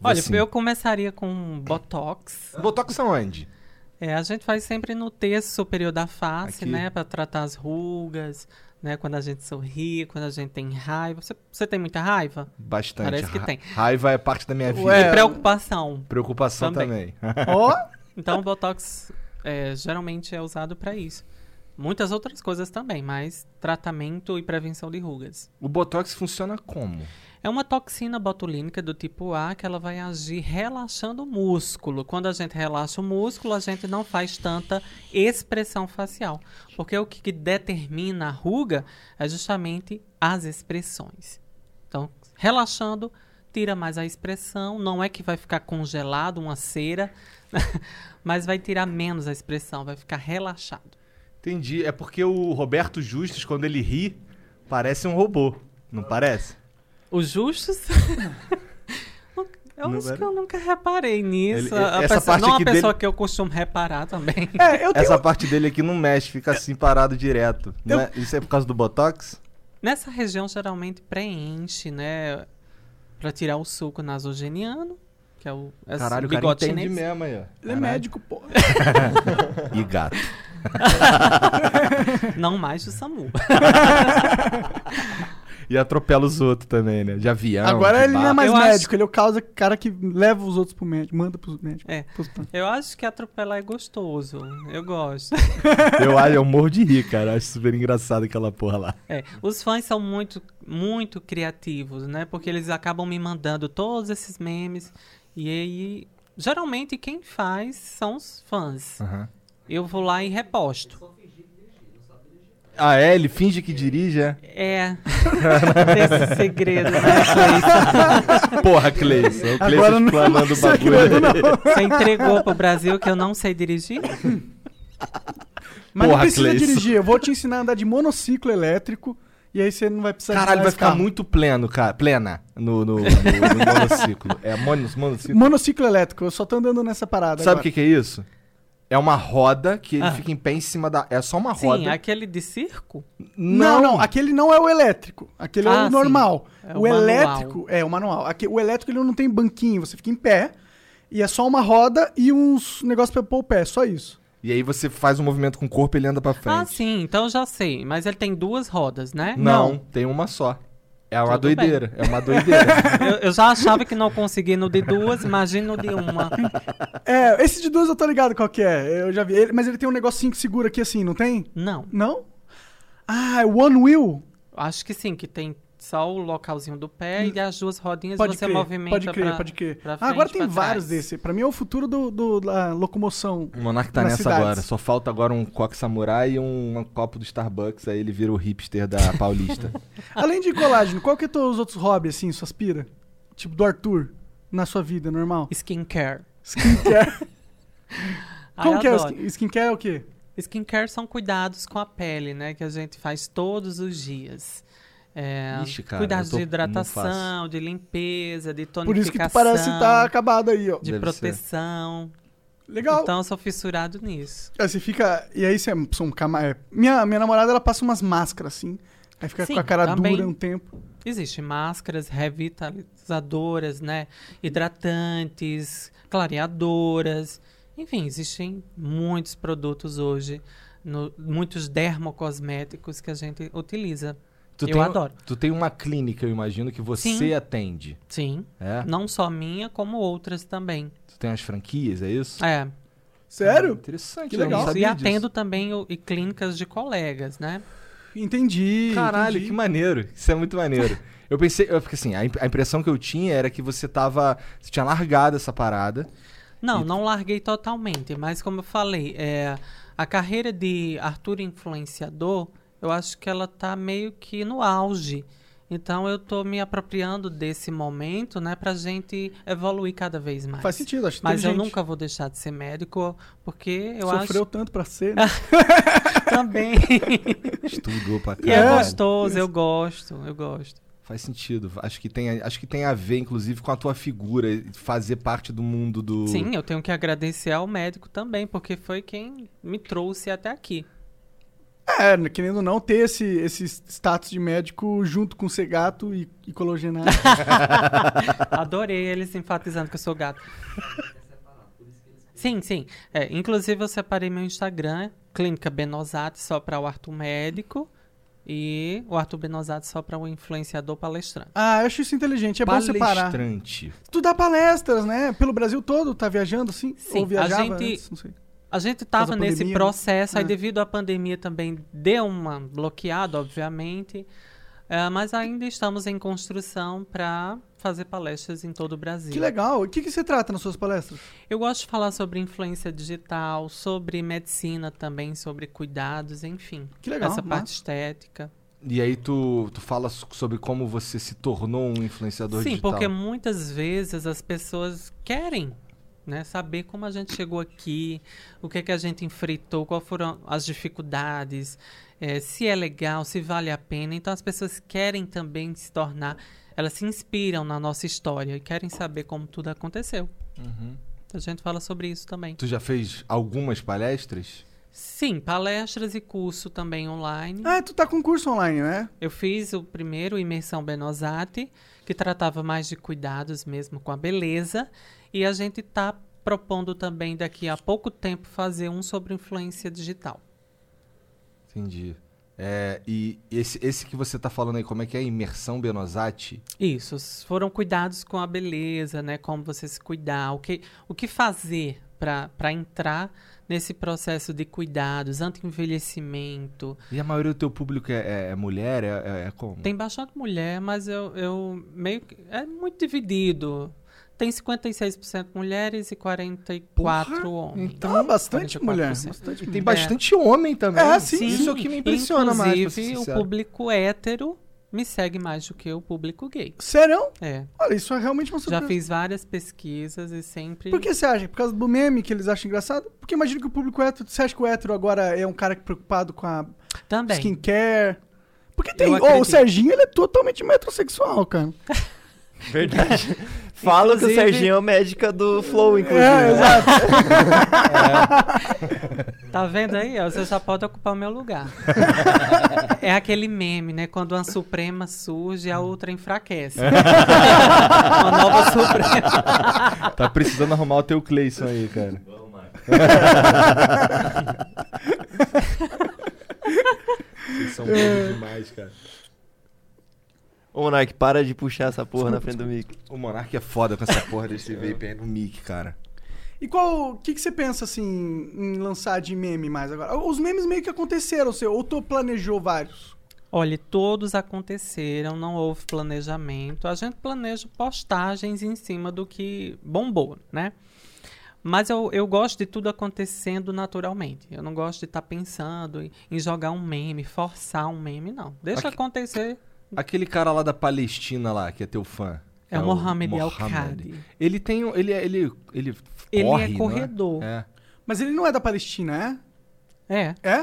Vou
olha,
sim.
eu começaria com um botox.
Botox aonde?
É, a gente faz sempre no terço superior da face,
Aqui.
né, Pra tratar as rugas, né, quando a gente sorri, quando a gente tem raiva. Você, você tem muita raiva?
Bastante.
Parece que
Ra-
tem.
Raiva é parte da minha vida.
Ué. É.
Preocupação.
Preocupação também.
Também.
Ó,
Então, o botox é, geralmente é usado pra isso. Muitas outras coisas também, mas tratamento e prevenção de rugas.
o Botox funciona como?
É uma toxina botulínica do tipo A que ela vai agir relaxando o músculo. Quando a gente relaxa o músculo, a gente não faz tanta expressão facial. Porque o que, que determina a ruga é justamente as expressões. Então, relaxando, tira mais a expressão. Não é que vai ficar congelado, uma cera, mas vai tirar menos a expressão, vai ficar relaxado.
Entendi. É porque o Roberto Justus, quando ele ri, parece um robô. Não parece?
Os justos? Eu
Não
acho
era?
que eu nunca reparei nisso.
Ele-
A
essa
pessoa-
parte
não é uma
aqui
pessoa
dele-
que eu costumo reparar também.
é, eu tenho.
Essa parte dele aqui não mexe, fica assim parado direto. Não é- Isso é por causa do Botox?
Nessa região geralmente preenche, né? Pra tirar o suco nasogeniano, que é o esse
Caralho, o cara
bigode
entende
chinês.
mesmo aí, ó.
Ele é
Caralho.
médico, pô.
E gato.
Não mais do SAMU.
E atropela os outros também, né? De avião.
Agora
de
ele não é
barco.
mais
Eu
médico, ele é o causa, cara que leva os outros pro médico, manda pros médicos.
É.
pros-
Eu acho que atropelar é gostoso. Eu gosto.
Eu, acho- eu morro de rir, cara. Acho super engraçado aquela porra lá.
É, os fãs são muito, muito criativos, né? Porque eles acabam me mandando todos esses memes. E aí, geralmente quem faz são os fãs. Eu vou lá e reposto.
Ah, é? Ele finge que dirige, é?
É. Desse segredo, né,
Porra, Cleison. O
Agora
Cleison
não
explanando o bagulho.
Cleiton? Você entregou pro Brasil que eu não sei dirigir?
Mas não
Porra,
precisa
Cleison.
dirigir, eu vou te ensinar a andar de monociclo elétrico e aí você não vai precisar de
Caralho, vai
mais
ficar
carro.
muito pleno, cara. Plena no, no, no- no monociclo. É mono, monociclo.
Monociclo elétrico, eu só tô andando nessa parada.
Sabe o
agora.
que, que é isso? É uma roda que ele
Ah.
fica em pé em cima da. É só uma
Sim,
roda.
aquele de circo?
Não, não, aquele não é o elétrico. Aquele é
Ah,
o
sim.
normal.
É
o
o manual.
elétrico é o manual. Aqui, o elétrico ele não tem banquinho, você fica em pé e é só uma roda e uns negócios pra pôr o pé, só isso.
E aí você faz um movimento com o corpo e ele anda pra frente.
Ah, sim, então eu já sei. Mas ele tem duas rodas, né?
Não, tem uma só. É uma
Tudo bem.
doideira. É uma doideira.
Eu, eu já achava que não conseguia no de duas, imagino no de uma.
É, esse de duas eu tô ligado qual que é. Eu já vi. Ele, mas ele tem um negocinho que segura aqui assim, não tem?
Não.
Não? Ah, é One Wheel?
Acho que sim, que tem só o localzinho do pé e as duas rodinhas
Hum. Pode
você
crer,
movimenta
pode crer,
pra-
pode crer.
pra
Ah, agora
frente,
tem
pra
vários
trás.
desse. Pra mim é o futuro do, do- da locomoção.
o Monark tá
Nas
nessa
cidades.
agora. Só falta agora um coque samurai e um, um copo do Starbucks. Aí ele vira o hipster da Paulista.
Além de colágeno, qual que é os outros hobbies, assim, suas pira? Tipo do Arthur, na sua vida, normal?
Skincare.
Skincare.
Ai,
Como que é o
adoro.
skin- skincare? É o quê?
Skincare são cuidados com a pele, né? Que a gente faz todos os dias. É,
Ixi, cara, eu
cuidados
tô-
de
não
hidratação, de limpeza, de tonificação.
Por isso que tu parece estar acabado aí, ó.
De
Deve ser.
proteção.
Legal.
Então eu sou fissurado nisso.
Aí você fica. E aí você é- são cama... é, minha, minha namorada, ela passa umas máscaras, assim. Aí fica
Sim,
com a cara
também.
dura um tempo.
Existem máscaras revitalizadoras, né? Hidratantes, clareadoras. Enfim, existem muitos produtos hoje, no- muitos dermocosméticos que a gente utiliza.
Tu
Eu
tem, um-
adoro.
Tu tem uma clínica, eu imagino, que você
Sim.
atende.
Sim,
É?
não só minha, como outras também.
Tu tem as franquias, é isso?
É,
Sério?
Interessante,
Que
eu não
legal.
sabia
e
disso.
atendo também o- e clínicas de colegas, né?
Entendi.
Caralho,
entendi.
que maneiro. Isso é muito maneiro. Eu pensei, eu, porque assim, a, imp- a impressão que eu tinha era que você tava. Você tinha largado essa parada.
Não, não larguei totalmente, mas como eu falei, é, a carreira de Arthur Influenciador, eu acho que ela tá meio que no auge. Então eu tô me apropriando desse momento, né, pra gente evoluir cada vez mais.
Faz sentido, acho
Mas eu
inteligente.
nunca vou deixar de ser médico, porque eu
Sofreu tanto pra ser, né?
acho também.
Estudou pra
e
caralho.
é gostoso, eu gosto, eu gosto.
Faz sentido. Acho que, tem, acho que tem a ver, inclusive, com a tua figura, e fazer parte do mundo do.
Sim, eu tenho que agradecer ao médico também, porque foi quem me trouxe até aqui.
É, querendo ou não, ter esse, esse status de médico junto com ser gato e, e cologenar.
Adorei eles enfatizando que eu sou gato. Sim, sim. É, inclusive, eu separei meu Instagram, Clínica Benosati, só para o Arthur Médico. E o Arthur Benosati só para o influenciador palestrante.
ah, eu acho isso inteligente, é bom separar.
Palestrante.
Tu dá palestras, né? Pelo Brasil todo, tá viajando assim?
Sim,
Ou viajava
a gente-
antes, não sei.
A gente estava
da
nesse
pandemia, né?
processo, aí
É.
devido à pandemia também deu uma bloqueada, obviamente. É, mas ainda estamos em construção para fazer palestras em todo o Brasil.
Que legal. O que, que você trata nas suas palestras?
Eu gosto de falar sobre influência digital, sobre medicina também, sobre cuidados, enfim.
Que legal, né?
Essa
massa.
parte estética.
E aí tu, tu fala so- sobre como você se tornou um influenciador
Sim,
digital.
porque muitas vezes as pessoas querem né, saber como a gente chegou aqui, o que é que a gente enfrentou, quais foram as dificuldades, eh, se é legal, se vale a pena. Então as pessoas querem também se tornar, elas se inspiram na nossa história e querem saber como tudo aconteceu. A gente fala sobre isso também.
Tu já fez algumas palestras?
Sim, palestras e curso também online.
Ah, tu tá com curso online, né?
Eu fiz o primeiro Imersão Benosati, que tratava mais de cuidados mesmo com a beleza. E a gente está propondo também daqui a pouco tempo fazer um sobre influência digital.
Entendi. É, e esse, esse que você tá falando aí, como é que é? Imersão Benosati?
Isso, s- foram cuidados com a beleza, né? Como você se cuidar, o que, o que fazer para entrar nesse processo de cuidados, anti-envelhecimento,
E a maioria do teu público é, é- é mulher? É, é, é como?
Tem bastante mulher, mas eu, eu meio que. É muito dividido. Tem 56% mulheres e 44% homens. Tá,
Então, bastante
44%.
mulher. Bastante
E tem
mulher.
bastante homem também.
É, sim.
Isso é o que me impressiona mais. pra ser
Inclusive, o
sincero.
público hétero me segue mais do que o público gay.
Sério?
É.
Olha, isso é realmente uma
Já
surpresa.
fiz várias pesquisas e sempre.
Por que você acha? Por causa do meme que eles acham engraçado? Porque imagina que o público hétero... Você acha que o hétero agora é um cara que é preocupado com a
Também.
skincare? Porque tem...
Eu
Ó, o
acredito.
Serginho, ele é totalmente metrosexual, cara.
É, Verdade. Fala que o
Inclusive-
Serginho é o médica do Flow, inclusive.
É,
né?
exato.
Tá vendo aí? ó? Você já pode ocupar o meu lugar. é aquele meme, né? Quando uma suprema surge,
Hum.
a outra enfraquece. uma nova suprema.
Tá precisando arrumar o teu Cleison aí, cara. Vocês são bons demais, cara.
Ô, Monark, para de puxar essa porra na frente do mic.
O Monark é foda com essa porra desse vape aí no mic, cara.
E qual. O que, que você pensa, assim, em lançar de meme mais agora? Os memes meio que aconteceram, seu, ou tu planejou vários?
Olha, todos aconteceram, não houve planejamento. A gente planeja postagens em cima do que bombou, né? Mas eu, eu gosto de tudo acontecendo naturalmente. Eu não gosto de estar pensando em, em jogar um meme, forçar um meme, não. Deixa
Aqui-
acontecer.
Aquele cara lá da Palestina lá, que é teu fã.
É o
o
Mohamed
Mohamed.
Al-Qadi.
Ele tem um. Ele, é- ele, ele corre,
Ele
não
é corredor.
É? É.
Mas ele não é da Palestina,
é.
é? É?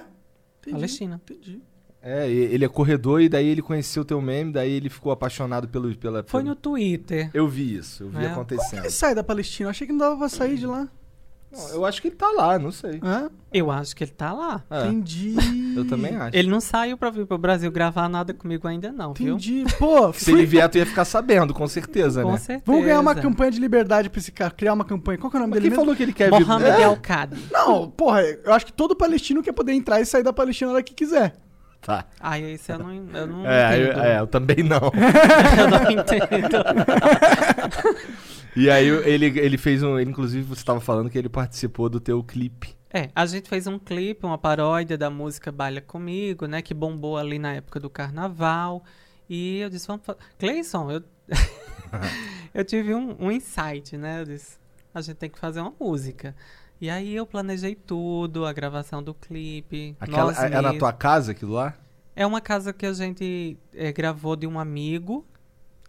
Entendi,
Palestina.
Entendi.
É, e- ele é corredor e daí ele conheceu teu meme, daí ele ficou apaixonado pelo. Pela,
Foi
pelo-
no Twitter.
Eu vi isso, eu vi
É.
acontecendo.
Ele sai da Palestina, eu achei que não dava pra sair de lá.
é
Não, eu acho que ele tá lá, não sei.
Hã?
Eu acho que ele tá lá.
É,
Entendi.
eu também acho.
Ele não saiu pra vir pro Brasil gravar nada comigo ainda, não, viu?
Entendi. Pô,
Se ele
free...
vier, tu ia ficar sabendo, com certeza,
Com
né?
certeza.
vamos ganhar uma campanha de liberdade pra esse cara, criar uma campanha. Qual que é o nome
Mas quem
dele mesmo?
falou que ele quer vir?
Mohamed
É.
Al-Qadi.
Não, porra, eu acho que todo palestino quer poder entrar e sair da Palestina a hora que quiser.
Tá.
Ai, esse eu não, eu não
É, eu,
entendo.
é, eu também não.
Eu não entendo.
E aí ele, ele fez um. Ele, inclusive, você tava falando que ele participou do teu clipe.
É, a gente fez um clipe, uma paródia da música Baila Comigo, né? Que bombou ali na época do carnaval. E eu disse, vamos fa- Cleison, eu... eu tive um, um insight, né? Eu disse, a gente tem que fazer uma música. E aí eu planejei tudo, a gravação do clipe.
Aquela,
nós
é na
mesmos.
tua casa aquilo lá?
É É uma casa que a gente eh, gravou de um amigo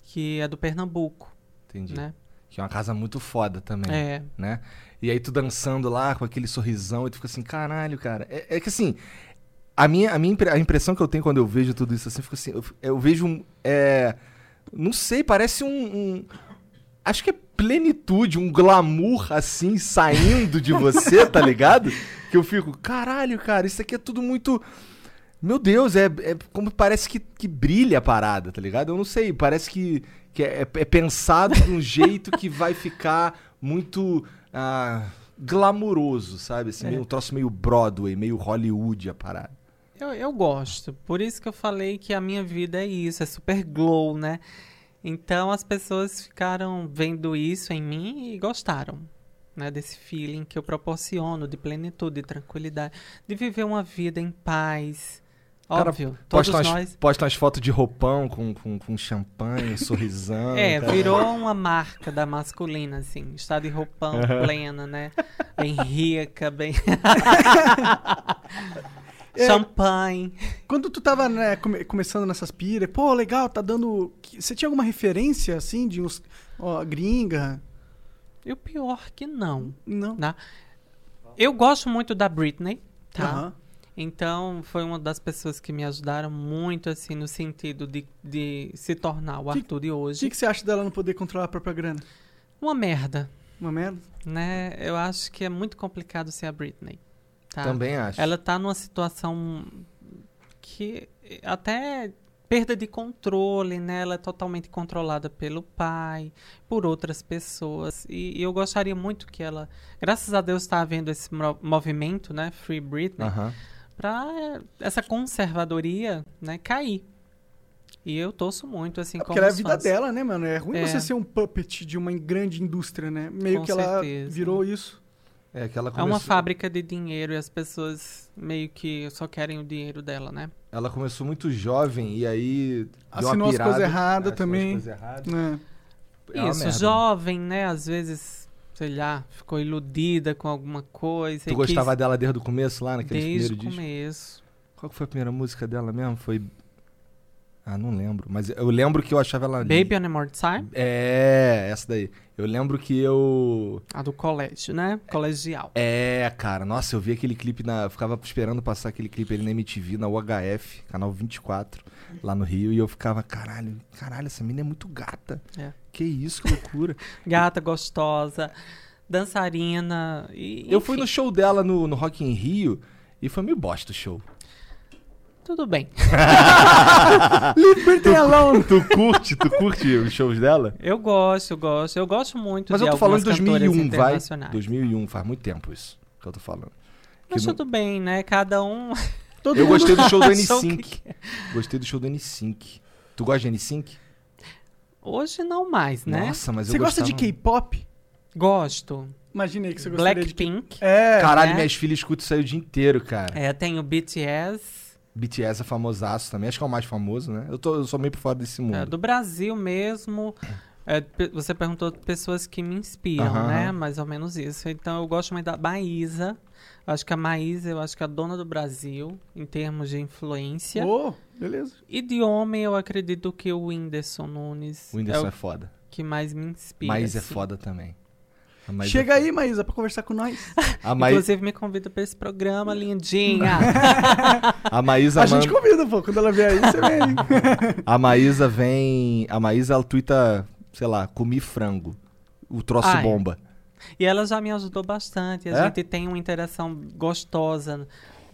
que é do Pernambuco,
Entendi.
né?
Que é uma casa muito foda também.
É.
né? E aí tu dançando lá com aquele sorrisão e tu fica assim, caralho, cara. É, é que assim, a minha, a minha impre- a impressão que eu tenho quando eu vejo tudo isso assim, eu fico assim, eu, eu vejo um. é, não sei, parece um, um- Acho que é plenitude, um glamour assim saindo de você, tá ligado? Que eu fico, caralho, cara, isso aqui é tudo muito. Meu Deus, é, é como parece que, que brilha a parada, tá ligado? Eu não sei, parece que, que é, é pensado de um jeito que vai ficar muito ah, glamuroso, sabe? Assim,
É.
meio, um troço meio Broadway, meio Hollywood a parada.
Eu, eu gosto. Por isso que eu falei que a minha vida é isso, é super glow, né? Então as pessoas ficaram vendo isso em mim e gostaram, né? Desse feeling que eu proporciono de plenitude, de tranquilidade, de viver uma vida em paz.
Cara,
Óbvio, todos
Posta umas,
nós.
posta umas fotos de roupão com, com, com champanhe, um sorrisão.
É,
cara.
virou uma marca da masculina, assim. Está de roupão plena, né? Bem rica, bem.
É.
Champanhe.
Quando tu tava né, come- começando nessas piras, pô, legal, tá dando. que- Você tinha alguma referência, assim, de uns. Ó, gringa?
E o pior que não.
Não.
Né? Eu gosto muito da Britney, tá?
Aham.
Então, foi uma das pessoas que me ajudaram muito, assim, no sentido de, de se tornar o
Que-
Arthur de
O que,
hoje.
que você acha dela não poder controlar a própria grana?
Uma merda,
Uma merda?
né? Eu acho que é muito complicado ser a Britney, tá?
Também acho.
Ela tá numa situação que até perda de controle, né? Ela é totalmente controlada pelo pai, por outras pessoas. E, e eu gostaria muito que ela, graças a Deus, está havendo esse mo- movimento, né? Free Britney,
Aham.
para essa conservadoria, né, cair. E eu torço muito, assim,
É
como
porque ela é a
os
vida
fãs.
dela, né, mano? É ruim
É.
você ser um puppet de uma grande indústria, né? Meio
Com
que ela
certeza.
virou isso.
É, que ela
É uma
começou-
fábrica de dinheiro e as pessoas meio que só querem o dinheiro dela, né?
Ela começou muito jovem e aí. deu uma
Assinou as
pirada. É,
coisas
Assinou
erradas
as
também.
coisas erradas.
né?
É uma
Isso,
merda.
jovem, né? Às vezes, sei lá, ficou iludida com alguma coisa.
Tu
e
gostava
quis
dela desde o começo lá, naquele
desde
primeiro
o
disco?
começo.
Qual que foi a primeira música dela mesmo? Foi. Ah, não lembro. Mas eu lembro que eu achava ela.
Baby on a More Time,
É, essa daí. Eu lembro que eu.
a do colégio, né? Colegial.
É, cara, nossa, eu vi aquele clipe na. eu Ficava esperando passar aquele clipe ali na MTV, na UHF, canal 24, lá no Rio, e eu ficava, caralho, caralho, essa menina é muito gata.
É.
Que isso, que loucura.
Gata gostosa, dançarina. E,
eu fui
enfim,
no show dela no, no Rock in Rio e foi meio bosta o show.
Tudo bem.
Liberty alone!
Ah. Tu curte, tu curte os shows dela?
Eu gosto, eu gosto. Eu gosto muito
Mas
de
eu tô falando de
algumas cantoras
2001, vai.
internacionais.
2001, faz muito tempo isso que eu tô falando.
Mas
Que não-
tudo bem, né? Cada um...
Todo
Eu
mundo-
gostei do show do
achou o
N5. Gostei do show do N5. Tu gosta de N5?
Hoje não mais, né?
Nossa, mas eu
Você gosta de
gostava-
K-pop?
Gosto.
Imaginei que você gostaria de K-pop.
Blackpink.
É.
Caralho,
né?
minhas filhas escutam isso aí o dia inteiro, cara.
É, tem o BTS.
BTS é famosaço também. Acho que é o mais famoso, né? Eu, tô, eu sou meio por fora desse mundo.
É, do Brasil mesmo. é, pe- você perguntou de pessoas que me inspiram,
Aham,
né?
aham.
Mais ou menos isso. Então eu gosto muito da Maísa. Acho que a Maísa, eu acho que é a dona do Brasil, em termos de influência.
Oh, beleza.
E de homem, eu acredito que o Whindersson Nunes
O Whindersson é,
é o
foda.
que mais me inspira.
Mas é
assim.
foda também. A Maísa
Chega
é
aí, Maísa, pra conversar com nós.
foda. A, Maí...
Inclusive, me convida pra esse programa, lindinha.
a Maísa
A
manda-
gente convida, pô. Quando ela vier aí, você vem aí.
A Maísa vem. A Maísa, ela tuita, sei lá, comi frango. O troço
Ai.
bomba.
E ela já me ajudou bastante. A
É?
gente tem uma interação gostosa,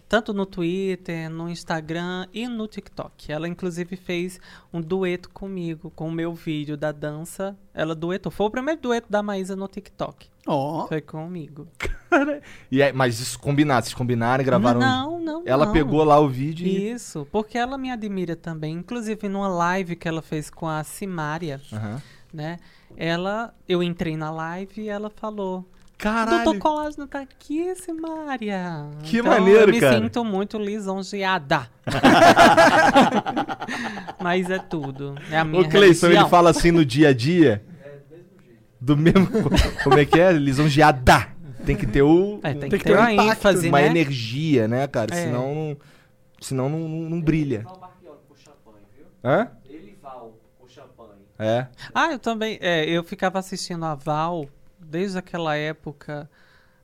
tanto no Twitter, no Instagram e no TikTok. Ela, inclusive, fez um dueto comigo, com o meu vídeo da dança. Ela duetou. Foi o primeiro dueto da Maísa no TikTok.
Ó.
Foi comigo.
E aí, mas isso combinado, vocês combinaram, gravaram. um
Não, não,
ela
não.
pegou lá o vídeo e.
Isso, porque ela me admira também. Inclusive, numa live que ela fez com a Simária,
Aham.
né? Ela, eu entrei na live e ela falou:
Caralho.
Doutor Colágeno tá aqui, Simária.
Que maneiro,
eu me
cara.
sinto muito lisonjeada. Mas é tudo. É a minha
Ô, Cleison,
religião.
ele fala assim no dia a dia. Do mesmo co- Como é que é? Lisonjeada. Tem que ter o.
É, tem,
Tem
que
que
ter
ter um
uma
impacto,
ênfase,
uma
né?
energia, né, cara?
É.
Senão, não, senão não, não- não brilha. Hã?
Elival com champanhe.
É.
Ah, eu também. é, eu ficava assistindo a Val desde aquela época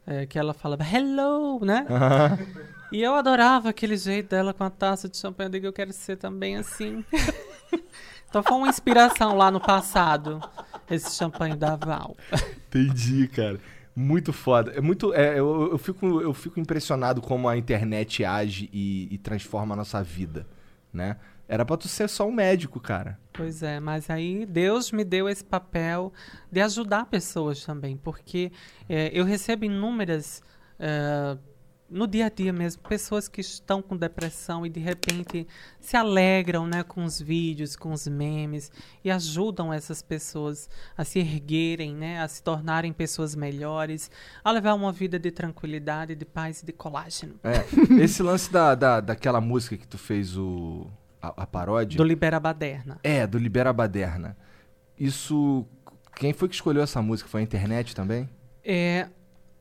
é, que ela falava hello, né?
Aham.
E eu adorava aquele jeito dela com a taça de champanhe. Eu digo, eu quero ser também assim. então foi uma inspiração lá no passado, esse champanhe da Val.
Entendi, cara. Muito foda. É muito. é, eu, eu fico, eu fico impressionado como a internet age e, e transforma a nossa vida, né? Era pra tu ser só um médico, cara.
Pois é, mas aí Deus me deu esse papel de ajudar pessoas também, porque eh, eu recebo inúmeras, eh, no dia a dia mesmo, pessoas que estão com depressão e de repente se alegram né, com os vídeos, com os memes e ajudam essas pessoas a se erguerem, né, a se tornarem pessoas melhores, a levar uma vida de tranquilidade, de paz e de colágeno.
É. Esse lance da, da, daquela música que tu fez o, a, a paródia.
Do Libera Baderna.
É, do Libera Baderna. Isso. Quem foi que escolheu essa música? Foi a internet também?
É,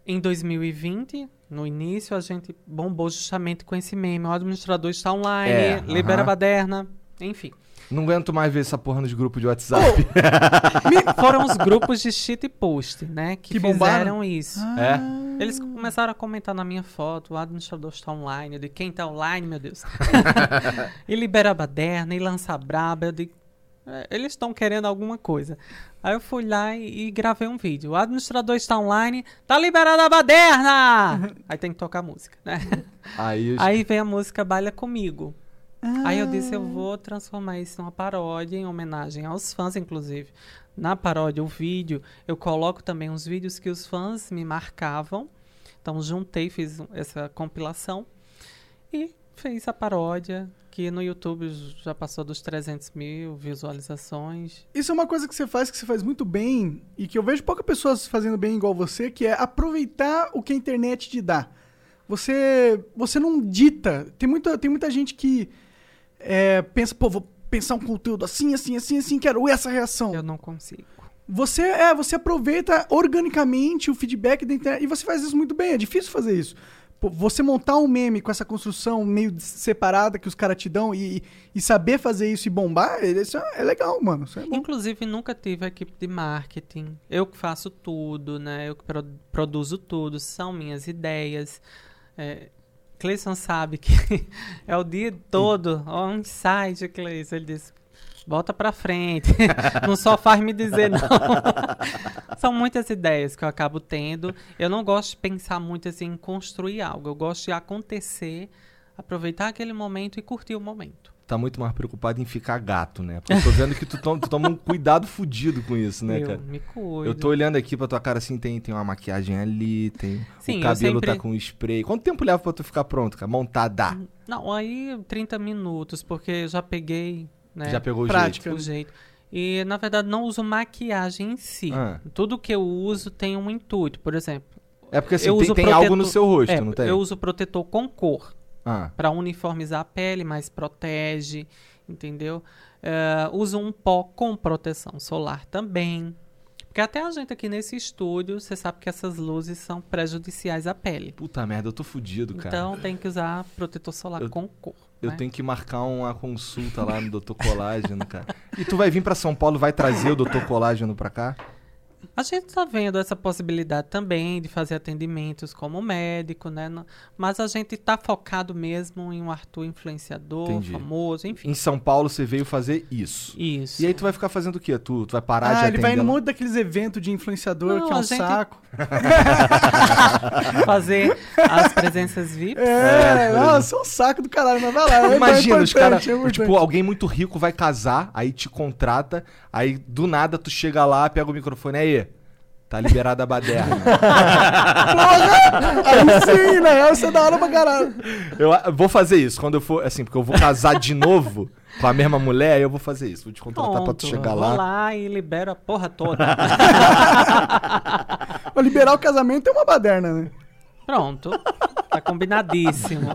em 2020, no início, a gente bombou justamente com esse meme. O administrador está online,
É,
libera
aham.
a baderna, enfim.
Não aguento mais ver essa porra nos grupos de WhatsApp.
Foram os grupos de cheat post, né? Que,
Que bombaram?
fizeram isso.
É.
Eles começaram a comentar na minha foto, o administrador está online, de quem está online, meu Deus. e libera a baderna, e lança a braba, eu digo, "É, eles estão querendo alguma coisa. Aí eu fui lá e, e gravei um vídeo. O administrador está online, tá liberada a baderna! Aí tem que tocar música, né?
Aí, os-
Aí vem a música Baila Comigo. Aí eu disse, eu vou transformar isso numa paródia, em homenagem aos fãs, inclusive. Na paródia, o vídeo, eu coloco também uns vídeos que os fãs me marcavam. Então, juntei, fiz um- essa compilação e fez a paródia, que no YouTube já passou dos 300 mil visualizações.
Isso é uma coisa que você faz, que você faz muito bem, e que eu vejo poucas pessoas fazendo bem igual você, que é aproveitar o que a internet te dá. Você, você não dita. Tem muita, tem muita gente que é, pensa, pô, vou pensar um conteúdo assim, assim, assim, assim, quero essa reação.
Eu não consigo.
Você é, você aproveita organicamente o feedback da internet e você faz isso muito bem. É difícil fazer isso. Pô, Você montar um meme com essa construção meio des- separada que os caras te dão e, e saber fazer isso e bombar, é- isso é é legal, mano. Isso é
Hum.
bom.
Inclusive, nunca tive equipe de marketing. Eu que faço tudo, né? Eu que pro- produzo tudo, são minhas ideias. É, Cleison sabe que é o dia todo. Ó, um insight, Cleison. Ele disse, bota pra frente. não só faz me dizer, não. são muitas ideias que eu acabo tendo. Eu não gosto de pensar muito assim, em construir algo. Eu gosto de acontecer, aproveitar aquele momento e curtir o momento.
tá muito mais preocupado em ficar gato, né? Porque eu tô vendo que tu, tom- tu toma um cuidado fudido com isso, né,
eu
cara?
me cuido.
Eu tô olhando aqui pra tua cara assim, tem, tem uma maquiagem ali, tem. o
Sim, eu
cabelo tá
sempre-
com spray. Quanto tempo leva pra tu ficar pronto, cara? Montada.
Não, aí 30 minutos, porque eu já peguei, né?
Já pegou o
Prática.
o jeito. E na verdade não uso maquiagem em si.
Ah.
Tudo que eu uso tem um intuito, por exemplo.
jeito? É porque assim,
eu
tem,
uso
tem
protetor-
algo no seu rosto,
é,
não tem?
Eu uso protetor com cor
Ah,
para uniformizar a pele, mas protege, entendeu? Eh, uso um pó com proteção solar também. Porque até a gente aqui nesse estúdio, você sabe que essas luzes são prejudiciais à pele.
puta merda, eu tô fudido, cara.
Então tem que usar protetor solar
Eu-
com cor.
Eu
né?
tenho que marcar uma consulta lá no Dr. Colágeno, cara. E tu vai vir pra São Paulo, vai trazer o Dr. Colágeno pra cá?
A gente está vendo essa possibilidade também de fazer atendimentos como médico, né? No- Mas a gente está focado mesmo em um Arthur influenciador,
Entendi.
famoso, enfim.
Em São Paulo você veio fazer isso.
Isso.
E aí tu vai ficar fazendo o quê? Tu, tu vai parar de
Ah,
atender?
ele vai num
lá?
monte daqueles eventos de influenciador
Não,
que é
a
um
gente-
saco.
Fazer as presenças VIP.
É, nossa, é um saco do caralho, mas vai lá. é
Imagina, os caras.
importante, é importante.
tipo, alguém muito rico vai casar, aí te contrata, aí do nada tu chega lá, pega o microfone, aí, tá liberada a baderna.
Aí sim, na real, isso é da hora pra caralho.
eu a- vou fazer isso quando eu for, assim, porque eu vou casar de novo com a mesma mulher, aí eu vou fazer isso. Vou te
Então
contratar pra tu
Pronto,
chegar
vou
lá.
lá e libero a porra toda.
Pra liberar o casamento é uma baderna, né?
Pronto. Tá combinadíssimo.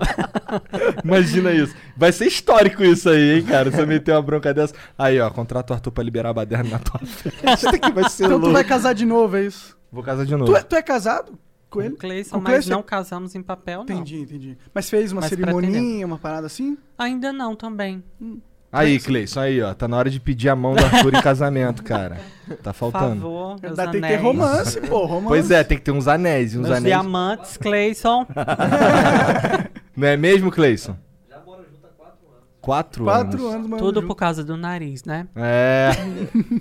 Imagina isso. Vai ser histórico isso aí, hein, cara? Você meter uma bronca dessa. Aí, ó, contrata o Arthur pra liberar a baderna na tua frente. que vai ser
Então tu
um louco.
vai casar de novo, é isso?
Vou casar de novo.
Tu é, tu é casado com ele?
O Cleison,
O
mas
Cleison-
não casamos em papel, não.
Entendi, entendi. Mas fez uma
Mas
cerimônia,
pretendemos.
uma parada assim?
Ainda não também.
Aí, Cleison, aí, ó. Tá na hora de pedir a mão do Arthur em casamento, cara. Tá
Por
faltando.
favor, meus
Dá- Tem que ter
anéis.
romance, pô, romance.
Pois é, tem que ter uns anéis, uns
Meus
anéis.
diamantes, Cleison.
Não é mesmo, Cleison?
Já moram junto há quatro anos.
Quatro,
Quatro
anos.
anos, mano.
Tudo por causa do nariz, né?
É.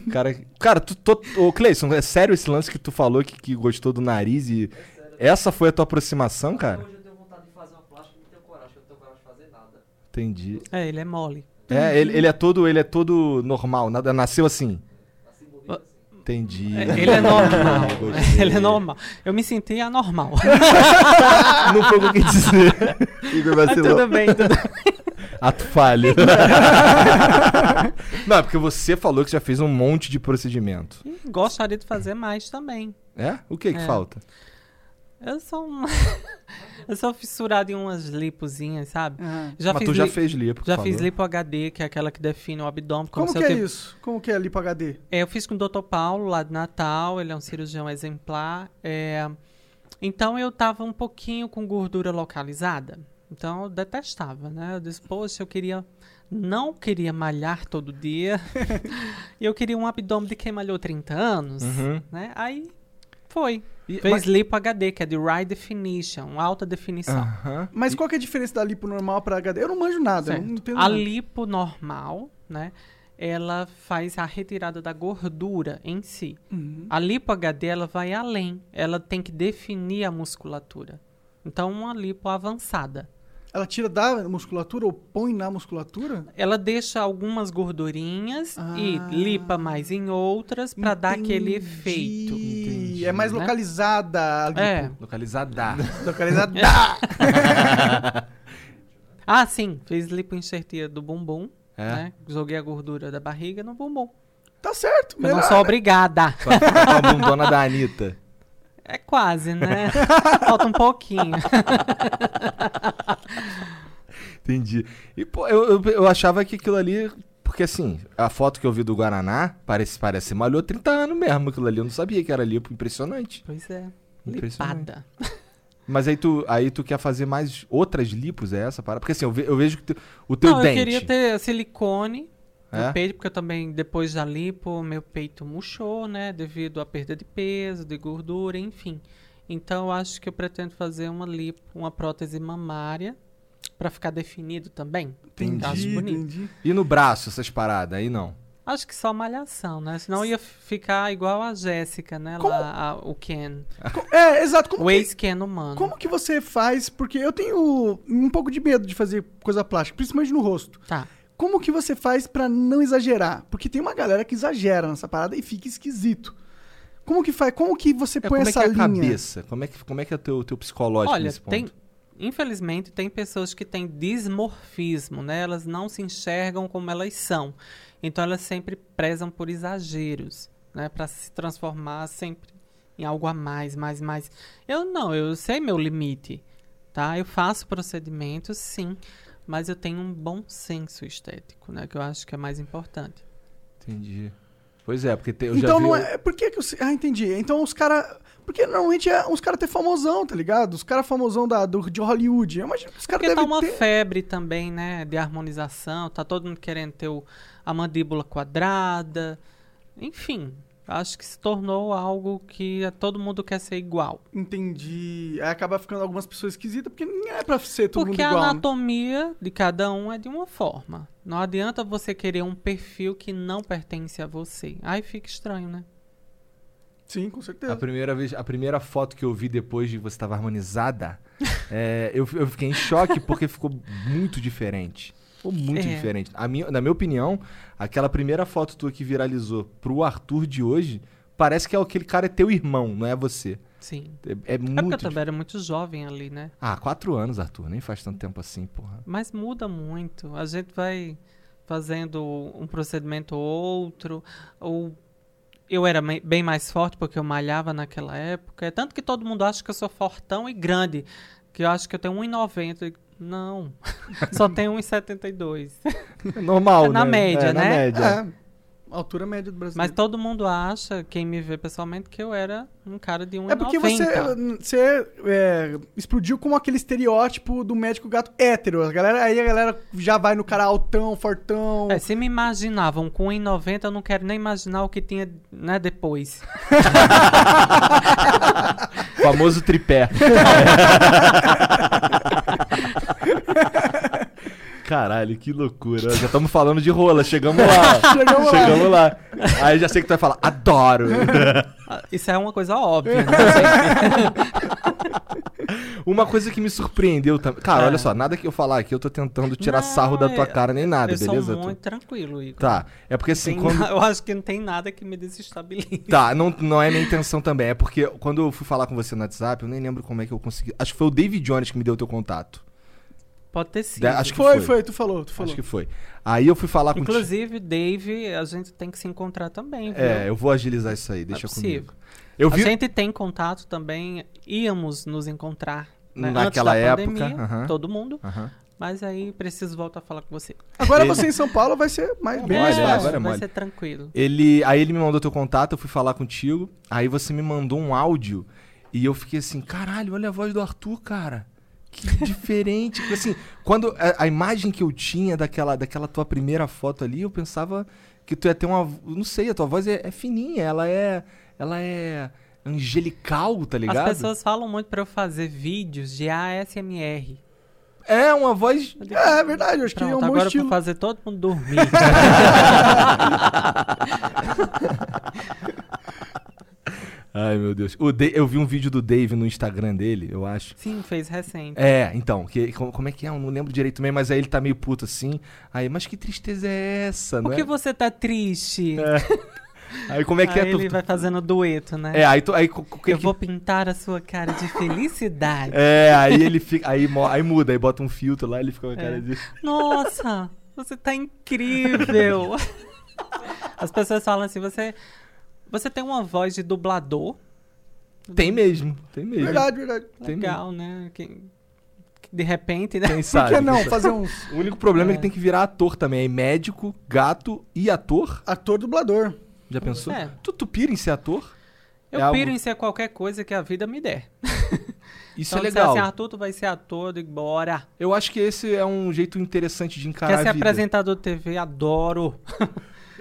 cara, cara tu, tu, ô, Cleison, é sério esse lance que tu falou que, que gostou do nariz
É
e essa foi a tua aproximação,
Até
cara?
hoje eu tenho vontade de fazer uma plástica, não tenho coragem, eu não tenho coragem de fazer nada.
Entendi.
É, ele é mole.
É, ele, ele é todo, ele é todo normal, nada, nasceu assim.
assim.
Entendi.
É, Ele é normal. ele é normal. Eu me senti anormal.
Não foi o que dizer.
Igor
Mas tudo
vacilou.
bem, tudo bem.
Ato falho. Não, é porque você falou que já fez um monte de procedimento.
E Gostaria de fazer mais também.
É? O que que
É.
falta?
Eu sou uma... Eu sou fissurada em umas lipozinhas, sabe?
Ah.
Já
Mas
fiz
tu já
li-
fez lipo. tu
já
falou.
fiz lipo HD, que é aquela que define o abdômen.
Como,
se
que
eu
é
tive-
isso? Como que é Lipo HD?
É, eu fiz com o Dr. Paulo lá de Natal, ele é um cirurgião exemplar. é, Então eu tava um pouquinho com gordura localizada. Então eu detestava, né? Eu disse, poxa, eu queria. Não queria malhar todo dia. e eu queria um abdômen de quem malhou 30 anos.
Uhum.
Né? Aí foi.
E-
Fez
mas-
lipo HD, que é de High Definition, alta definição.
Aham.
Mas qual que é a diferença da Lipo normal pra HD? Eu não manjo nada, eu
Certo.
não entendo
A
nada.
lipo normal, né? Ela faz a retirada da gordura em si.
Uhum.
A lipo HD ela vai além. Ela tem que definir a musculatura. Então, uma lipo avançada.
Ela tira da musculatura ou põe na musculatura?
Ela deixa algumas gordurinhas e
Ah.
lipa mais em outras para dar aquele efeito.
Entendi.
Entendi.
É mais
Né?
localizada a lipo.
É.
Localizada.
Localizada. Tá,
Ah, sim. Fiz lipo enxertia do bumbum.
É.
Né? Joguei a gordura da barriga no bumbum.
tá certo,
Eu
um
melhor.
não sou obrigada.
Com a- com a bundona da Anitta.
É quase, né? Falta um pouquinho.
Entendi. E, pô, eu, eu, eu achava que aquilo ali. Porque assim, a foto que eu vi do Guaraná parece, parece malhou 30 anos mesmo aquilo ali. Eu não sabia que era lipo, impressionante.
Pois é.
Impressionante.
Lipada.
Mas aí tu, aí tu quer fazer mais outras lipos, é essa parada? Porque assim, eu, ve- eu vejo que tu- o teu
Não, eu
dente.
queria ter silicone
É?
no peito, porque eu também, depois da lipo, meu peito murchou, né? Devido à perda de peso, de gordura, enfim. Então, eu acho que eu pretendo fazer uma lipo, uma prótese mamária, pra ficar definido também.
Entendi,
Eu Acho bonito.
entendi.
E no braço, essas paradas, aí não.
Acho que só malhação, né? Senão eu ia f- ficar igual a jéssica, né?
Como-
Lá, a- o Ken.
Co- É, exato. Como
O
que,
ex-Ken humano.
como que você faz? Porque eu tenho um pouco de medo de fazer coisa plástica, principalmente no rosto.
Tá.
Como que você faz pra não exagerar? Porque tem uma galera que exagera nessa parada e fica esquisito. Como que faz? Como que você
É,
põe
como é que
essa
é a
linha?
cabeça? Como é que, como é, que é o teu, teu psicológico
Olha,
nesse ponto?
tem, infelizmente, tem pessoas que têm dismorfismo, né? Elas não se enxergam como elas são. Então, elas sempre prezam por exageros, né? Para se transformar sempre em algo a mais, mais, mais. Eu não, eu sei meu limite, tá? Eu faço procedimentos, sim, mas eu tenho um bom senso estético, né? Que eu acho que é mais importante.
Entendi. Pois é, porque te- eu já
Então
vi...
não é. Por que que os. Ah, entendi. Então os caras. Porque normalmente é uns caras até famosão, tá ligado? Os caras famosão da, do, de Hollywood. Eu imagino que os caras
Porque tá
devem
uma
ter.
febre também, né? De harmonização, tá todo mundo querendo ter o- a mandíbula quadrada. Enfim, acho que se tornou algo que a- todo mundo quer ser igual.
Entendi. Aí acaba ficando algumas pessoas esquisitas, porque não é pra ser todo
Porque
mundo
a
igual. né?
anatomia de cada um é de uma forma. Não adianta você querer um perfil que não pertence a você. Aí fica estranho, né?
né? Sim, com
A
certeza.
primeira, vez, a primeira foto que eu vi depois de você estava harmonizada, é, eu, eu fiquei em choque porque ficou muito diferente. Ficou muito
É.
diferente. A minha, na minha opinião, aquela primeira foto tua que viralizou pro Arthur de hoje, parece que é aquele cara é teu irmão, não é você.
Sim.
É, é
É porque eu
muito.
também
dif-
era muito jovem ali, né?
Ah, quatro anos, Arthur. Nem faz tanto tempo assim, porra.
Mas muda muito. A gente vai fazendo um procedimento ou outro. Ou eu era me- bem mais forte porque eu malhava naquela época. É tanto que todo mundo acha que eu sou fortão e grande. Que eu acho que eu tenho 1,90. Não. Só tenho 1,72.
É normal,
É na
né?
média,
é, Na
né?
média.
É. altura média do brasileiro.
Mas tá todo mundo acha, quem me vê pessoalmente, que eu era um cara de 1,90.
É porque você, você é, explodiu como aquele estereótipo do médico gato hétero. A galera, aí a galera já vai no cara altão, fortão.
É, se me imaginavam com 1,90, eu não quero nem imaginar o que tinha né, depois.
Famoso tripé. Caralho, que loucura. Já estamos falando de rola, chegamos lá.
Chegamos lá.
chegamos lá. Aí já sei que tu vai falar, adoro.
Ah, Isso é uma coisa óbvia. Né?
Uma coisa que me surpreendeu também. Cara,
É.
olha só, nada que eu falar aqui, eu tô tentando tirar
Não, é,
sarro da tua
eu-
cara nem nada,
eu
beleza?
sou muito tranquilo, Igor.
Tá. É porque assim,
Tem
quando.
na- Eu acho que não tem nada que me desestabilize.
Tá, não, não é minha intenção também. É porque quando eu fui falar com você no WhatsApp, eu nem lembro como é que eu consegui. Acho que foi o David Jones que me deu o teu contato.
Pode ter sido.
Da- acho que
foi,
foi.
foi, tu falou, tu falou.
Acho que foi. Aí eu fui falar com
Inclusive, Dave, a gente tem que se encontrar também, viu?
É, eu vou agilizar isso aí, deixa
é possível. é-
comigo. Eu vi.
A gente tem contato também, íamos nos encontrar né,
Naquela
antes da
época,
pandemia,
aham.
todo mundo,
Aham.
mas aí preciso voltar a falar com você.
Agora você em São Paulo vai ser mais, bem
É,
mais fácil.
agora é
vai
mole.
ser tranquilo.
Ele, aí ele me mandou teu contato, eu fui falar contigo. Aí você me mandou um áudio e eu fiquei assim, caralho, olha a voz do Arthur, cara. Que diferente. Porque, assim, quando a, a imagem que eu tinha daquela, daquela tua primeira foto ali, eu pensava que tu ia ter uma, não sei, a tua voz é, é fininha, ela é, ela é angelical, tá ligado?
As pessoas falam muito pra eu fazer vídeos de ASMR.
É uma voz
Eu digo,
É, é verdade, eu acho que é
Pronto,
um bom
agora
estilo.
pra fazer todo mundo dormir.
Ai, meu Deus. O Da- eu vi um vídeo do Dave no Instagram dele, eu acho.
Sim, fez recente.
É, então, que, como, como é que é? Eu não lembro direito mesmo, mas aí ele tá meio puto assim. Aí, mas que tristeza é essa,
Por
né?
que você tá triste?
Aí como é que
aí
é? Tu-
ele
tu-
vai fazendo dueto, né?
É, aí, tu, aí co- co- que-
eu vou pintar a sua cara de felicidade.
É, aí ele fica. Aí, mo- aí muda, aí bota um filtro lá, ele fica com a cara
É.
de.
Nossa, você tá incrível. As pessoas falam assim, você você tem uma voz de dublador,
Tem mesmo, tem mesmo.
Verdade, verdade.
Tem
legal, né? Que, que de repente, né?
Quem
Por
sabe?
que não fazer um
O único problema é. que
É.
tem que virar ator também. Aí médico, gato e ator.
ator dublador?
Já pensou?
É.
Tu, tu pira em ser ator?
Eu
é algo-
piro em ser qualquer coisa que a vida me der.
Isso
então,
é
se
legal.
assim, Arthur, tu vai ser ator, eu digo, bora.
Eu acho que esse é um jeito interessante de encarar
Quer ser
Tá, a vida.
apresentador de TV? Adoro.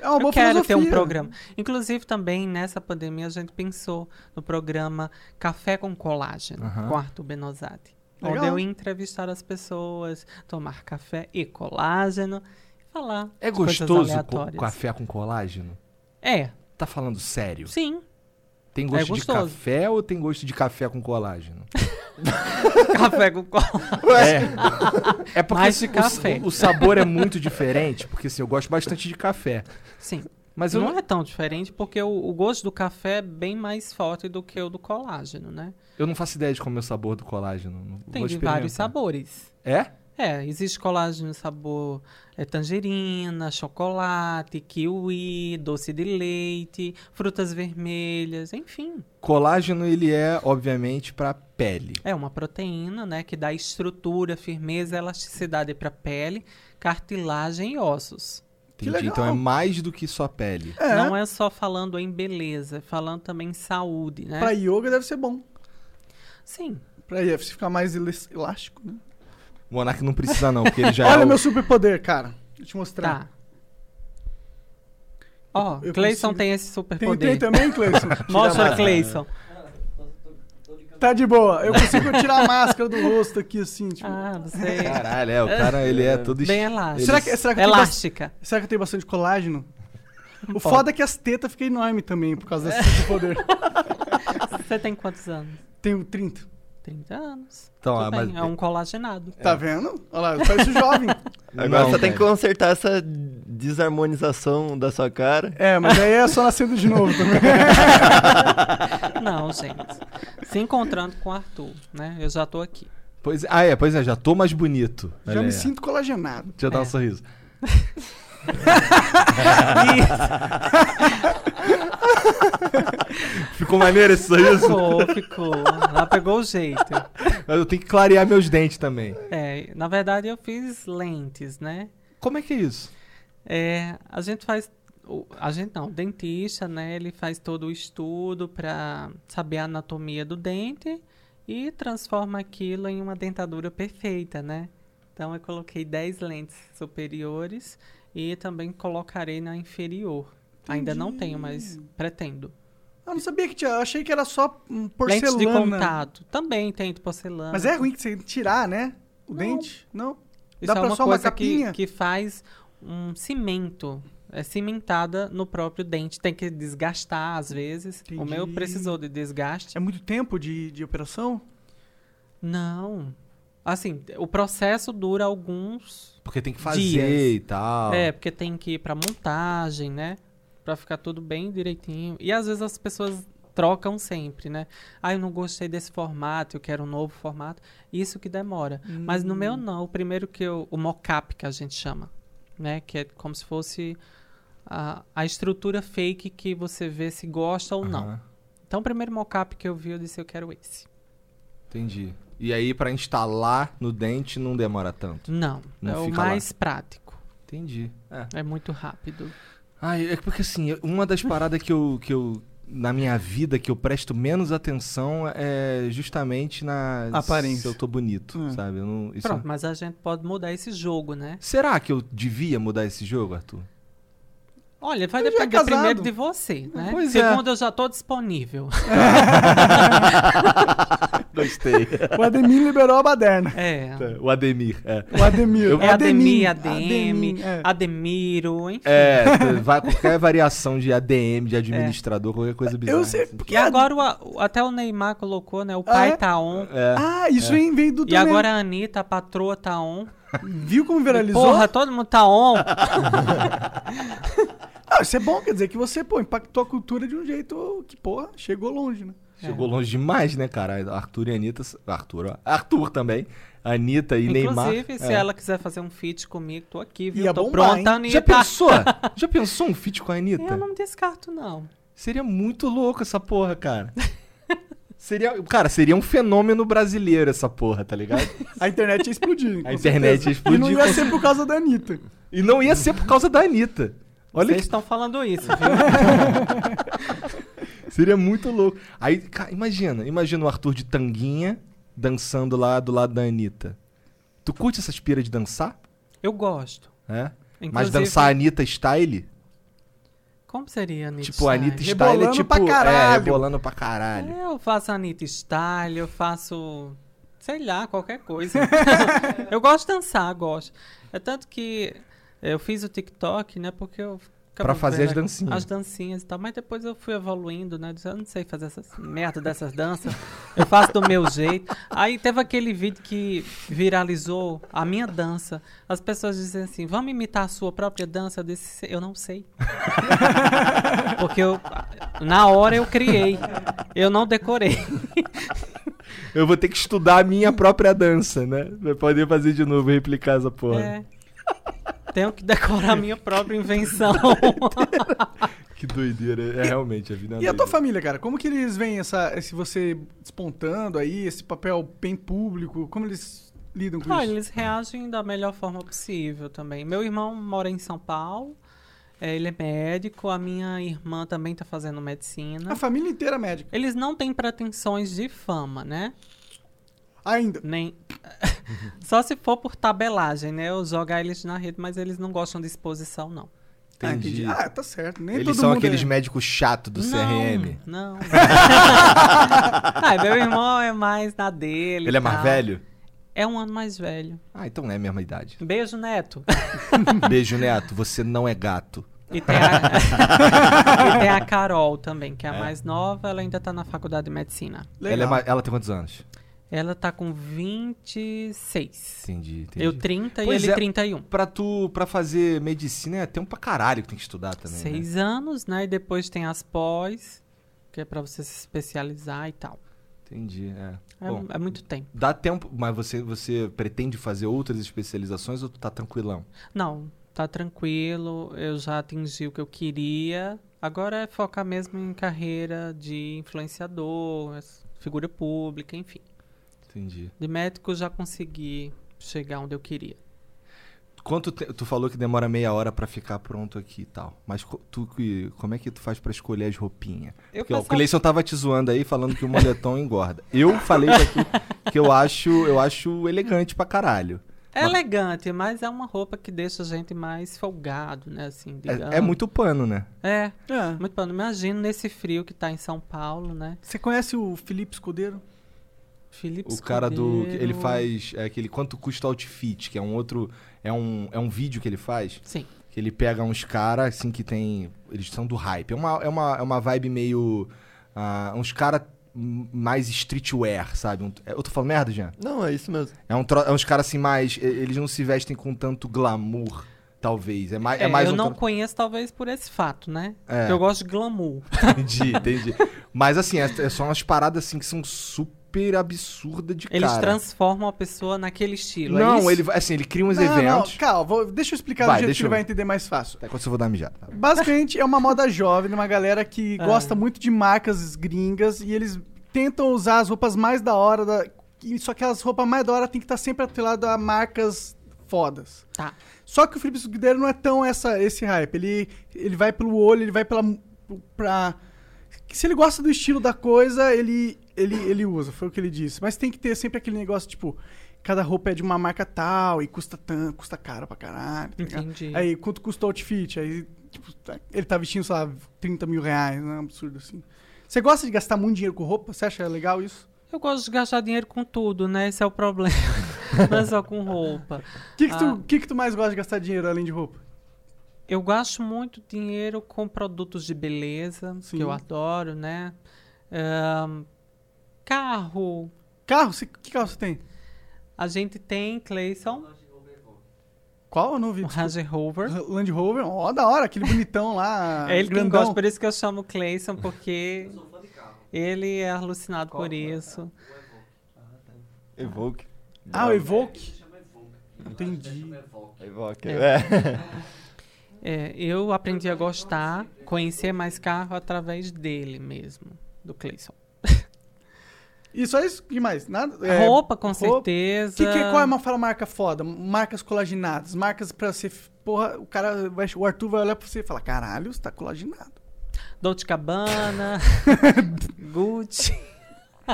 É uma
eu
boa
quero
filosofia.
ter um programa. Inclusive, também, nessa pandemia, a gente pensou no programa Café com Colágeno,
Aham.
com Arthur Benosati.
Legal.
Onde eu ia entrevistar as pessoas, tomar café e colágeno e falar.
É
de coisas
gostoso co
aleatórias.
café com colágeno?
É,
Tá falando sério?
sim.
Tem gosto de
É gostoso.
café ou tem gosto de café com colágeno?
café com colágeno.
É, é porque
Mais
esse-
de café.
O, o sabor é muito diferente, porque assim, eu gosto bastante de café.
Sim.
Mas eu
não, é tão diferente, porque o, o gosto do café é bem mais forte do que o do colágeno, né?
eu não faço ideia de como é o sabor do colágeno. Não-
Tem
vou
de vários
experimentar.
sabores.
É?
É, existe colágeno sabor é, tangerina, chocolate, kiwi, doce de leite, frutas vermelhas, enfim.
Colágeno, ele é, obviamente, pra pele.
É uma proteína, né, que dá estrutura, firmeza, elasticidade para pele, cartilagem e ossos.
Que
Entendi.
legal.
Então é mais do que só pele.
É,
Não é só falando em beleza, é falando também em saúde, né?
pra yoga deve ser bom.
Sim.
Pra se ficar mais elas- elástico, né?
O Monark não precisa, não, porque ele já é.
Olha
o-
meu superpoder, cara. Deixa eu te mostrar.
Tá. Ó,
Eu
Cleison
consigo-
tem esse
Tem, tem
superpoder.
também, Cleison?
Mostra,
máscara.
Cleison.
Tá de boa. Eu consigo tirar a máscara do rosto aqui, assim. Tipo.
Ah, você.
Caralho, é, o cara, ele é todo
Bem
est-
elástica.
será, que, será, que eu tenho bas-
Elástica.
será que eu tenho bastante colágeno? O foda é que as tetas ficam enormes também por
É.
causa desse superpoder.
Você tem quantos anos?
Tenho 30.
30 anos.
Então,
Tudo
ah, mas-
bem, É um colagenado.
É.
Tá vendo? Olha lá, eu pareço jovem.
Agora
Não, é.
só
cara.
tem que consertar essa desarmonização da sua cara.
É, mas aí é só nascendo de novo também.
É.
Não, gente. Se encontrando com o Arthur, né? Eu já tô aqui.
Pois é, ah, é, pois é, já tô mais bonito.
Já
Olha
me
aí.
sinto colagenado.
Deixa eu dar um
É.
sorriso. Ficou maneiro esse sorriso?
Ficou, ficou. Lá pegou o jeito.
Mas eu tenho que clarear meus dentes também.
É, na verdade, eu fiz lentes, né?
Como é que é isso?
É, a gente faz o- a gente não, o dentista, né? Ele faz todo o estudo para saber a anatomia do dente e transforma aquilo em uma dentadura perfeita, né? Então eu coloquei 10 lentes superiores e também colocarei na inferior. Ainda não tenho, mas pretendo.
Ah, Eu não sabia que tinha. Eu achei que era só hum,
Lentes de
porcelana.
contato. Também tem de porcelana.
Mas é ruim que você tirar, né? O dente? Não.
Isso
Dá
é
pra
uma
só uma
coisa
capinha?
que, que faz um cimento. É cimentada no próprio dente. Tem que desgastar, às vezes. O meu
Entendi.
precisou de desgaste.
É muito tempo de, de operação?
Não. Assim, o processo dura alguns.
Porque tem que fazer
Dias.
e tal.
É, porque tem que ir pra montagem, né? Pra ficar tudo bem direitinho. E às vezes as pessoas trocam sempre, né? Ah, eu não gostei desse formato, eu quero um novo formato. Isso que demora. Mas no
Hum.
meu não. O primeiro que eu. O mock-up que a gente chama. Né? Que é como se fosse a, a estrutura fake que você vê se gosta ou não.
Aham,
Então o primeiro mock-up que eu vi, eu disse, eu quero esse.
Entendi. E aí, pra instalar no dente, não demora tanto.
Não.
Não
é o
fica lá.
mais prático.
Entendi. É.
É muito rápido.
Ai, é porque assim, uma das paradas que eu, que eu. Na minha vida, que eu presto menos atenção é justamente na.
Aparência.
Se eu tô bonito,
Hum.
sabe? Eu não- isso-
Pronto, mas a gente pode mudar esse jogo, né?
Será que eu devia mudar esse jogo, Arthur?
Olha, vai
Ele já é
depender primeiro
casado.
de você, né?
Pois é.
Segundo, eu já tô disponível.
Gostei.
O Ademir liberou a baderna.
É.
o Ademir, é.
O Ademir.
Eu-
É Ademir,
Ademir,
Ah, ADM,
é.
Ademiro, enfim.
É, tu- vai, qualquer variação de ADM,
É.
de administrador, qualquer coisa bizarra.
Eu sei
assim.
porque.
E agora o a- o- até o Neymar colocou, né? O
Ah,
pai
é?
tá on.
É.
Ah, isso vem veio do
E
também.
agora a Anitta, a patroa, tá on.
Viu como viralizou?
Porra, todo mundo tá on.
Ah, isso é bom, quer dizer que você, pô, impactou a cultura de um jeito que, porra, chegou longe, né?
Chegou longe demais, né, cara? Arthur e Anitta. Arthur, ó. Arthur também. Anitta e Neymar.
Inclusive,
é.
se ela quiser fazer um feat comigo, tô aqui, viu?
Ia
tô
bombar,
pronta,
hein?
Anitta.
Já pensou? Já pensou um feat com a Anitta?
Eu não descarto, não.
Seria muito louco essa porra, cara. seria, cara, seria um fenômeno brasileiro essa porra, tá ligado?
A internet ia explodir. com
A internet
certeza.
ia explodir,
E não ia
com
ser por causa da Anitta.
E não ia ser por causa da Anitta. Olha
Vocês
que
estão falando isso, viu?
Seria muito louco. Aí, cara, imagina, imagina o Arthur de tanguinha dançando lá do lado da Anitta. Tu curte essas piras de dançar?
Eu gosto.
É? Mas
Inclusive,
dançar Anitta style?
Como seria a Anitta?
Tipo, a
Style?
Anitta style é
Rebolando
tipo.
pra
É,
caralho.
rebolando pra caralho.
É, Eu faço Anitta Style, eu faço. sei lá, qualquer coisa. eu gosto de dançar, gosto. É tanto que é, eu fiz o TikTok, né? Porque eu. ficava
Pra fazer as
vendo
dancinhas.
As dancinhas e tal. Mas depois eu fui evoluindo, né? disse, Eu não sei fazer essas merda dessas danças. Eu faço do meu jeito. Aí teve aquele vídeo que viralizou a minha dança. As pessoas dizem assim: vamos imitar a sua própria dança? Eu disse: eu não sei. Porque eu, na hora eu criei. Eu não decorei.
Eu vou ter que estudar a minha própria dança, né? Vai poder fazer de novo, replicar essa porra.
É. Tenho que decorar a minha própria invenção.
Que doideira. É realmente a vida. é uma
E a tua
doideira.
família, cara? Como que eles veem essa, esse você despontando aí, esse papel bem público? Como eles lidam com
Ah,
isso?
eles reagem da melhor forma possível também. Meu irmão mora em São Paulo. eh, Ele é médico, a minha irmã também tá fazendo medicina.
A família inteira é médica.
Eles não têm pretensões de fama, né?
Ainda.
Nem. Só se for por tabelagem, né? Eu jogar eles na rede, mas eles não gostam de exposição, não.
Ah,
Entendi.
Ah, tá certo. Nem
Eles
todo
são
mundo
aqueles
é.
médicos chato do CRM.
Não. ah, meu irmão é mais na dele.
Ele, é mais
tá?
velho?
É um ano mais velho.
Ah, então é a mesma idade.
Beijo, Neto.
Beijo, Neto. Você não é gato.
E tem a, e tem a Carol também, que é a mais nova. Ela ainda tá na faculdade de medicina.
Ela, é
Legal.
ma- ela tem quantos anos?
Ela tá com 26.
Entendi, entendi.
Eu 30
Pois
e um. ele
é.
31.
Pra tu, pra fazer medicina é tempo pra caralho que tem que estudar também. né?
Seis anos, né? E depois tem as pós, que é pra você se especializar e tal.
Entendi, é.
É,
Bom,
é muito tempo.
dá tempo, mas você, você pretende fazer outras especializações ou tu tá tranquilão?
Não, tá tranquilo. Eu já atingi o que eu queria. Agora é focar mesmo em carreira de influenciador, figura pública, enfim.
Entendi.
De médico eu já consegui chegar onde eu queria.
Quanto te- tu falou que demora meia hora pra ficar pronto aqui e tal. Mas co- tu que- como é que tu faz pra escolher as roupinhas?
Eu
Porque ó, o
pensava-
Cleison tava te zoando aí falando que o moletom engorda. Eu falei daqui que eu acho, eu acho elegante pra caralho.
É
Mas-
elegante, mas é uma roupa que deixa a gente mais folgado, né? Assim, digamos.
É, é muito pano, né?
É,
É.
muito pano. Imagino nesse frio que tá em São Paulo, né?
Você conhece o Felipe Escudeiro?
Felipe
O cara do que
Escudeiro.
ele faz é, aquele quanto custa outfit, que é um outro é um, é um vídeo que ele faz.
Sim.
Que ele pega uns caras, assim, que tem. Eles são do hype. É uma, é uma, é uma vibe meio. ah, uns caras mais streetwear, sabe? Um- eu tô falando merda, Jean?
Não, é isso mesmo.
É, um tro- é uns caras assim mais. e- Eles não se vestem com tanto glamour, talvez. É mais, é,
É,
mais
eu
um.
não
tro-
conheço, talvez, por esse fato, né?
É.
Porque Eu gosto de glamour.
Entendi, entendi. Mas assim, é, é só umas paradas assim que são super absurdas de
Eles
cara.
transformam a pessoa naquele estilo. é
Não,
isso?
ele vai- assim, ele cria uns
não,
eventos.
não, calma, vou- deixa eu explicar
Vai,
do jeito
deixa
que ele
eu-
vai entender mais fácil.
Até quando eu vou dar uma mijada. tá?
Basicamente, é uma moda jovem, de uma galera que
É.
gosta muito de marcas gringas e eles tentam usar as roupas mais da hora, da... e só que as roupas mais da hora tem que estar sempre atreladas a marcas fodas.
Tá.
Só que o Felipe Escudeiro não é tão essa, esse hype. Ele, ele vai pelo olho, ele vai pela. Pra, que se ele gosta do estilo da coisa, ele, ele, ele usa, foi o que ele disse. Mas tem que ter sempre aquele negócio, tipo, cada roupa é de uma marca tal e custa tanto, custa caro pra caralho. tá ligado?
Entendi.
É
Aí, quanto custa o outfit? Aí, tipo, tá- ele tá vestindo, sei lá, 30 mil reais, né? Um absurdo assim. Você gosta de gastar muito dinheiro com roupa? Você acha legal isso?
Eu gosto de gastar dinheiro com tudo, né? Esse é o problema. não é só com roupa.
O que, que,
Ah.
tu, que, que tu mais gosta de gastar dinheiro além de roupa?
Eu gasto muito dinheiro com produtos de beleza,
Sim.
que eu adoro, né? Ahn, carro.
Carro? Você, que carro você tem?
A gente tem, Clayson,
Qual? Eu não vi.
o Range Rover.
Land Rover, ó, da hora, aquele bonitão lá.
É ele que
grandão.
gosta, por isso que eu chamo Clayson, porque ele é alucinado por isso.
Evoque.
Ah, o Evoque. Entendi.
Evoque. É.
É, eu aprendi a gostar, conhecer mais carro através dele mesmo, do Clayson.
E só isso? E mais? Nada? É,
roupa, com
roupa.
certeza.
Que, que, qual é uma fala marca foda? Marcas colaginadas. Marcas pra você. Porra, o cara. vai- O Arthur vai olhar pra você e falar: caralho, você tá colaginado.
Dolce Cabana, Gucci.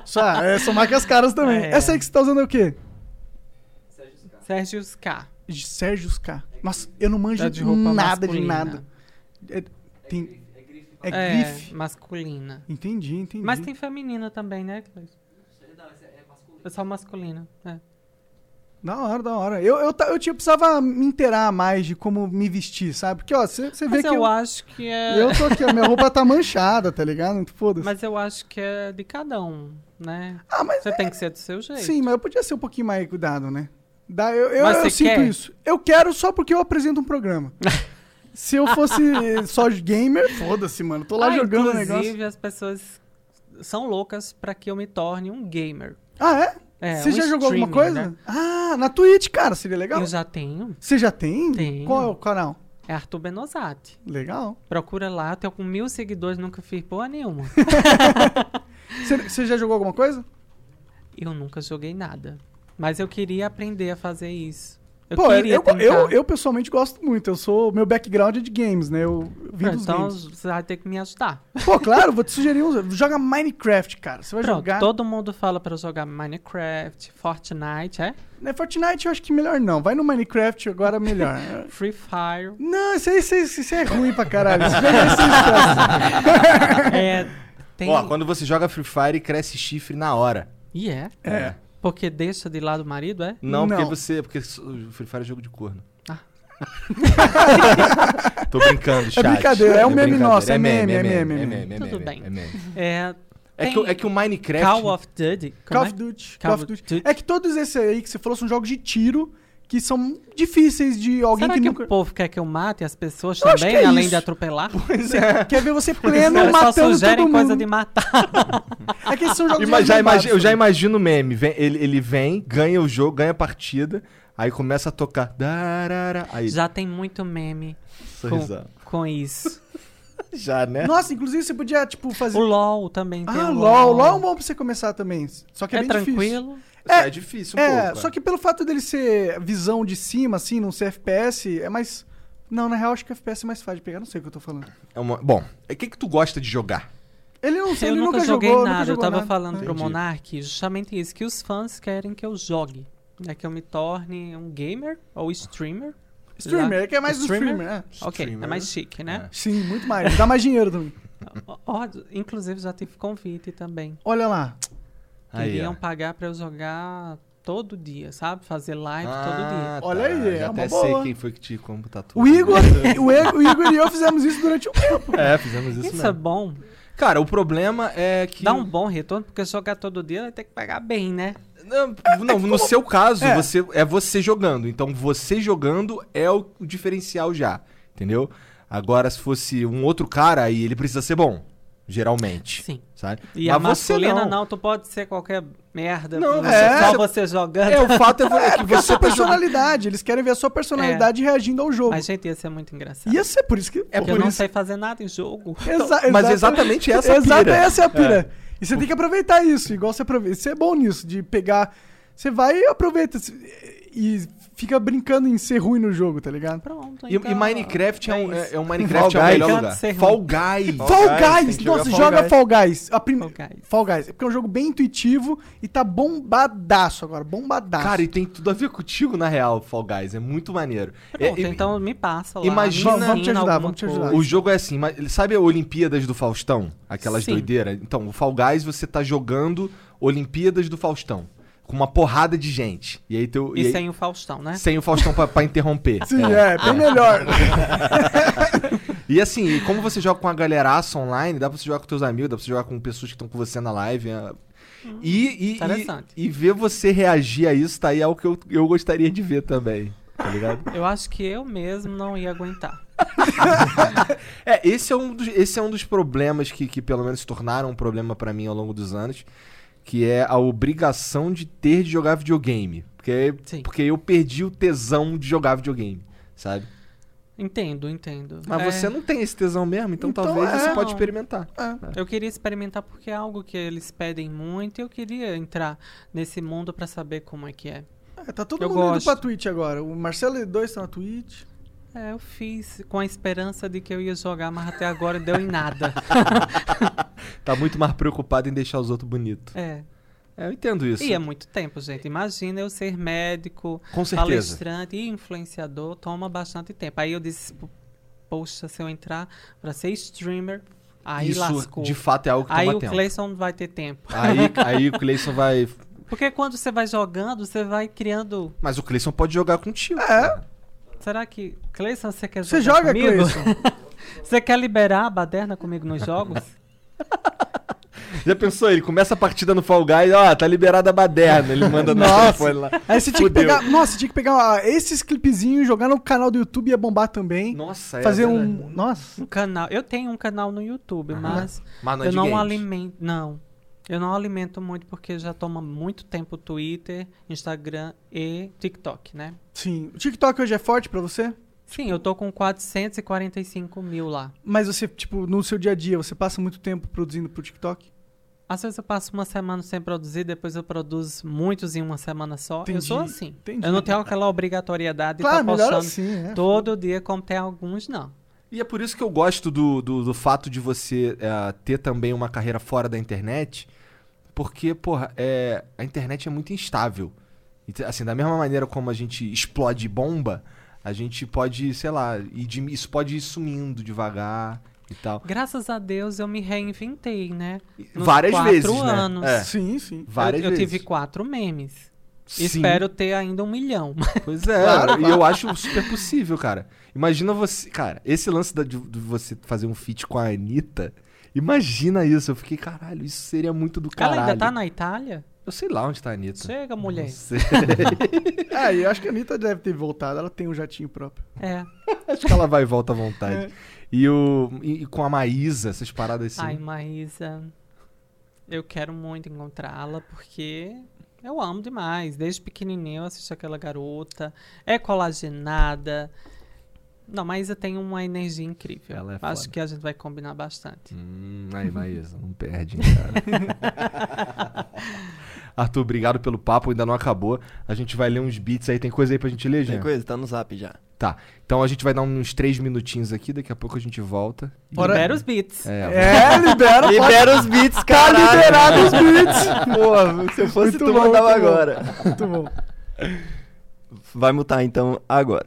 Só, é, são marcas caras também.
É.
Essa aí que você tá usando é o quê?
Sérgio Scar.
Sérgio K.
De Sérgio K. Nossa, eu não manjo
Tá de roupa
nada de
masculina.
nada. É, tem,
É grife.
é,
É,
grife.
masculina.
Entendi, entendi.
Mas tem feminina também, né, Cleis?
Não, esse é é masculino.
É só masculina. É.
Da hora, da hora. Eu, eu, ta- eu tinha, precisava me inteirar mais de como me vestir, sabe? Porque, ó, você vê
Mas
que.
eu,
eu-
acho que é.
Eu tô aqui, a minha roupa tá manchada, tá ligado? Foda-se.
Mas eu acho que é de cada um, né?
ah, mas
Você tem que ser do seu jeito.
sim, mas eu podia ser um pouquinho mais cuidado, né? Dá, eu eu,
Mas
eu
você
sinto
quer?
isso. Eu quero só porque eu apresento um programa. Se eu fosse só gamer, foda-se, mano. Tô lá
Ah,
jogando o
inclusive,
negócio.
as pessoas são loucas pra que eu me torne um gamer.
Ah, é?
É,
você
um
já jogou alguma
streamer,
coisa?
né?
Ah, na Twitch, cara, seria legal.
Eu já tenho.
Você já tem?
Tenho.
Qual é o canal?
É Arthur Benosati.
Legal.
Procura lá, eu tenho com mil seguidores, nunca fiz porra nenhuma.
Você, você já jogou alguma coisa?
eu nunca joguei nada. Mas eu queria aprender a fazer isso. Eu
Pô, é, eu,
queria
eu,
tentar.
eu pessoalmente gosto muito. Eu sou. Meu background é de games, né? Eu vim dos
Então
games.
você vai ter que me ajudar.
Pô, claro, vou te sugerir um. Joga Minecraft, cara. Você vai
Pronto,
jogar.
todo mundo fala pra eu jogar Minecraft, Fortnite, é?
Né, Fortnite eu acho que melhor não. Vai no Minecraft agora melhor.
Free Fire.
não, isso aí, isso, aí- isso aí é ruim pra caralho. Isso aí é sem espaço.
é, tem...
Ó, quando você joga Free Fire, cresce chifre na hora.
E é?
É.
Porque deixa de lado o marido, é?
Não, porque
Não.
você. Porque o Free Fire é jogo de corno.
Ah.
Tô brincando, chat.
brincadeira, é um meme
brincadeira.
nosso, é meme, é meme,
É
é
meme, é
Tudo
meme,
bem.
é meme.
Uhum.
É,
É
Tem
que, o- é que o Minecraft.
Call of Duty. como
Call
é?
of Duty.
Call
Call
of
of Duty.
Duty.
É que todos esses aí que você falou são jogos de tiro que são difíceis de alguém
Será
que,
que, é
nunca.
o povo quer que eu mate as pessoas
Eu acho
também,
que é
além
isso.
de atropelar?
Você quer ver você
Os
pleno
caras só
matando todo
sugerem
mundo.
coisa de matar.
É que esses são jogos
Ima- já
arrombados,
imagi- eu já
sabe?
imagino o meme. Vem- ele, ele vem, ganha o jogo, ganha a partida, aí começa a tocar. Darara, aí, é.
Já tem muito meme
sorrisão.
com, com isso.
Já, né?
Nossa, inclusive você podia, tipo, fazer.
O LOL também tem
Ah,
o
LOL. LOL é um bom pra você começar também. Só que é,
É
bem difícil.
tranquilo.
É, é difícil um
é,
pouco.
só que pelo fato dele ser visão de cima, assim, não ser FPS, é mais. Não, na real, acho que FPS é mais fácil de pegar, não sei o que eu tô falando.
É uma... Bom, o que, que tu gosta de jogar?
Ele não sei,
eu
ele
nunca, joguei
jogou,
nada,
nunca
eu
jogou
tava
nada.
falando pro
Entendi.
Monark justamente isso, que os fãs querem que eu jogue. É que eu me torne um gamer ou streamer.
Streamer, é que é mais
Streamer?
um streamer, é.
Ok, é
Streamer. É.
mais chique, né?
Sim, muito mais. Dá mais dinheiro também.
Ó, ó, inclusive já tive convite também.
Olha lá.
Aí,
Queriam
ó.
pagar pra eu jogar todo dia, sabe? Fazer live todo dia.
Ah,
Olha aí, é
Já
uma
até sei
boa.
quem foi que te computatou.
Ah,
O Igor, o, E- o Igor e eu fizemos isso durante um tempo.
É, fizemos isso,
Isso, é
mesmo.
bom.
Cara, o problema é que.
Dá um bom retorno, porque jogar todo dia vai ter que pagar bem, né?
Não, não, no seu caso,
É.
você é você jogando. Então, você jogando é o o diferencial já, entendeu? Agora, se fosse um outro cara, aí ele precisa ser bom, geralmente.
Sim.
Sabe?
E
Mas
a masculina
você
não. tu pode ser qualquer merda.
Não,
você-
é.
só você jogando.
É, o fato é
Então,
vo- é que
Porque é a
você
sua
tá jogando.
personalidade. Eles querem ver a sua personalidade reagindo ao jogo.
É. Mas, gente, ia ser muito engraçado.
Ia ser por isso que.
É
Porque
por
eu não
isso.
sei fazer nada em jogo.
Exa-
Então, Mas exatamente essa é a
Exato,
pira.
essa é a pira. E você tem que aproveitar isso, igual você aproveita. Você é bom nisso, de pegar. Você vai e aproveita. se- E fica brincando em ser ruim no jogo, tá ligado?
Pronto,
E,
então,
e Minecraft é, um,
é
é,
isso.
é um Minecraft é o
Guys.
melhor
Canto
lugar.
ser ruim.
Fall Guys.
Fall
Fall
Guys, tem
Guys!
que
Nossa,
jogar Fall
joga
Guys.
Fall Guys. A prim-
Fall Guys.
Fall Guys. É porque é um jogo bem intuitivo e tá bombadaço agora. Bombadaço.
Cara, e tem tudo a ver contigo, na real, Fall Guys. É muito maneiro. É,
Pronto,
e-
então me passa lá.
Imagina-
me ensina
Vamos te ajudar,
alguma
vamos te ajudar.
coisa.
O jogo é assim, mas sabe a Olimpíadas do Faustão? Aquelas
Sim.
doideiras? Então, o Fall Guys você tá jogando Olimpíadas do Faustão. Com uma porrada de gente. E aí teu.
E
aí-
sem o Faustão, né?
sem o Faustão pra, pra interromper.
Sim,
Ah,
é, bem melhor.
E assim, e como você joga com a galeraça online, dá pra você jogar com teus amigos, dá pra você jogar com pessoas que estão com você na live. é- E, e,
Interessante.
e, e ver você reagir a isso, tá aí, é o que eu, eu gostaria de ver também. Tá ligado?
Eu acho que eu mesmo não ia aguentar.
É, esse é um dos, esse é um dos problemas que, que pelo menos se tornaram um problema pra mim ao longo dos anos, que é a obrigação de ter de jogar videogame. Porque,
Sim.
porque eu perdi o tesão de jogar videogame, sabe?
Entendo, entendo.
Mas
É,
você não tem esse tesão mesmo, então,
Então,
talvez
é,
você pode
não.
experimentar.
Eu queria experimentar porque é algo que eles pedem muito e eu queria entrar nesse mundo pra saber como é que é.
É, tá todo
Eu
mundo indo
gosto.
pra Twitch agora. O Marcelo e dois estão na Twitch.
É, eu fiz com a esperança de que eu ia jogar, mas até agora deu em nada.
Tá muito mais preocupado em deixar os outros bonitos.
É.
É, eu entendo isso.
E é muito tempo, gente. Imagina eu ser médico,
Com certeza.
palestrante e influenciador, toma bastante tempo. Aí eu disse, "Po- poxa, se eu entrar pra ser streamer, aí
isso,
lascou.
de fato, é algo que
Aí
toma
o
tempo.
Cleison não vai ter tempo.
Aí, aí o Cleison vai...
Porque quando você vai jogando, você vai criando.
Mas o Cleison pode jogar contigo.
É,
Será que. Cleison, você quer
você
jogar
joga,
comigo?
Cleison.
Você quer liberar a baderna comigo nos jogos?
Já pensou? Ele começa a partida no Fall Guys, ó, tá liberada a baderna. Ele manda no
Nossa.
telefone lá.
Aí você tinha que
Fudeu.
pegar. Nossa, tinha que pegar ah, esses clipezinhos, jogar no canal do YouTube ia bombar também.
Nossa, é
fazer
verdade.
um. Nossa.
Um canal. Eu tenho um canal no YouTube, mas
Mas não é
eu
de
não
games.
alimento. Não. Eu não alimento muito porque já toma muito tempo Twitter, Instagram e TikTok, né?
Sim. O TikTok hoje é forte pra você?
Sim, eu tô com 445 mil lá.
Mas você, tipo, no seu dia a dia, você passa muito tempo produzindo pro TikTok?
Às vezes eu passo uma semana sem produzir, depois eu produzo muitos em uma semana só. Eu sou
Entendi,
assim.
entendi.
Eu não tenho aquela obrigatoriedade de
claro,
estar
melhor
postando
assim, é.
todo dia, como tem alguns, não.
E é por isso que eu gosto do, do, do fato de você é, ter também uma carreira fora da internet, porque, porra, é, a internet é muito instável. Então, Assim, da mesma maneira como a gente explode bomba, a gente pode, sei lá, ir de- isso pode ir sumindo devagar e tal.
Graças a Deus eu me reinventei, né? Nos
Várias
quatro
vezes, né?
anos.
É,
Sim, sim.
várias
eu, eu
vezes.
tive quatro memes.
Sim.
Espero ter ainda um milhão.
Pois é, e eu acho super possível, cara. Imagina você. Cara, esse lance da- de, de você fazer um feat com a Anitta. Imagina isso. Eu fiquei, caralho, isso seria muito do caralho.
Ela ainda tá na Itália?
Eu sei lá onde tá a Anitta.
Chega, mulher.
Não sei.
É, e eu acho que a Anitta deve ter voltado. Ela tem um jatinho próprio.
É.
Acho que ela vai e volta à vontade. E, o, e, e com a Maísa, essas paradas assim.
Ai, Maísa, eu quero muito encontrá-la porque eu amo demais. Desde pequenininho eu assisto aquela garota. É colagenada. Não, Maísa tem uma energia incrível.
Ela é
Acho
foda.
que a gente vai combinar bastante.
Hum, ai, Maísa, não perde, hein, cara. Arthur, obrigado pelo papo, ainda não acabou. A gente vai ler uns beats aí, tem coisa aí pra gente ler,
Tem
Jean?
coisa? Tá no zap já.
Tá. Então a gente vai dar uns três minutinhos aqui, daqui a pouco a gente volta.
Ora-
Libera os beats.
É,
É, libera, pode
Libera os beats,
ficar
cara.
liberado os beats.
Porra, se eu fosse
Muito bom,
tu, mandava
muito bom.
agora.
Muito bom.
Vai mutar então agora.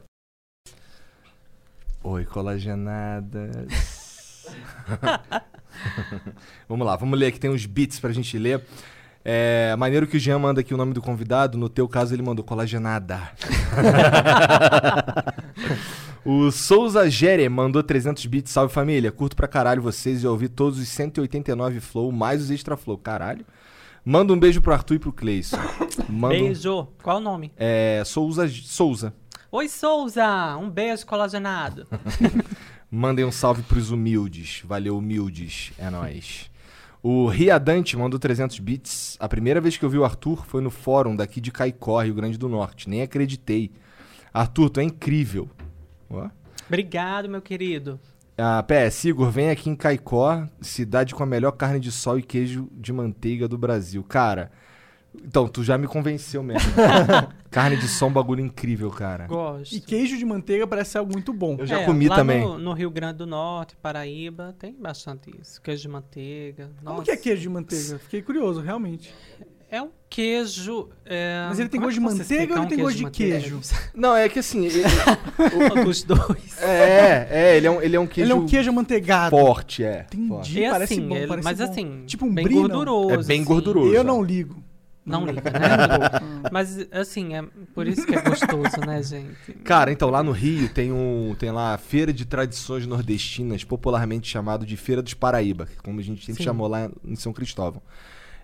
Oi, colagenadas. vamos lá, vamos ler aqui, tem uns beats pra gente ler. É, maneiro que o Jean manda aqui o nome do convidado, no teu caso ele mandou colagenada. o Souza Gere mandou 300 bits, salve família, curto pra caralho vocês e ouvi todos os 189 flow, mais os extra flow, caralho. Manda um beijo pro Arthur e pro Cleison. Manda um-
Beijo. Qual o nome?
É, Souza, Souza,
Oi, Souza. Um beijo colagenado.
Mandem um salve pros humildes. Valeu, humildes. É nóis. O Riadante mandou 300 bits. A primeira vez que eu vi o Arthur foi no fórum daqui de Caicó, Rio Grande do Norte. Nem acreditei. Arthur, tu é incrível. Ó.
Obrigado, meu querido.
Ah, PS, Igor, vem aqui em Caicó, cidade com a melhor carne de sol e queijo de manteiga do Brasil. Cara, então, tu já me convenceu mesmo. carne de sol é um bagulho incrível, cara.
Gosto.
E queijo de manteiga parece ser algo muito bom.
Eu já
É,
comi
lá
também.
No, no Rio Grande do Norte, Paraíba, tem bastante isso. Queijo de manteiga.
Como
Nossa.
que é queijo de manteiga? Fiquei curioso, realmente.
É um queijo. é,
Mas ele tem
como é
gosto
que
de
você
manteiga
explicar um
ou ele tem gosto de
manteiga?
queijo?
Não, é que assim, ele-
Ou dos dois.
é, é, ele é um, ele é um queijo
Ele é um queijo amanteigado.
forte, é.
Entendi.
forte.
É
parece
assim,
bom,
ele-
parece
mas
bom.
assim,
Tipo um
bem
brie, não?
gorduroso.
É bem
assim.
gorduroso.
Eu não ligo.
Não liga, né? mas assim, é por isso que é gostoso, né, gente?
Cara, então lá no Rio tem um tem lá a Feira de Tradições Nordestinas, popularmente chamado de Feira dos Paraíba, como a gente sempre
Sim.
chamou lá em São Cristóvão.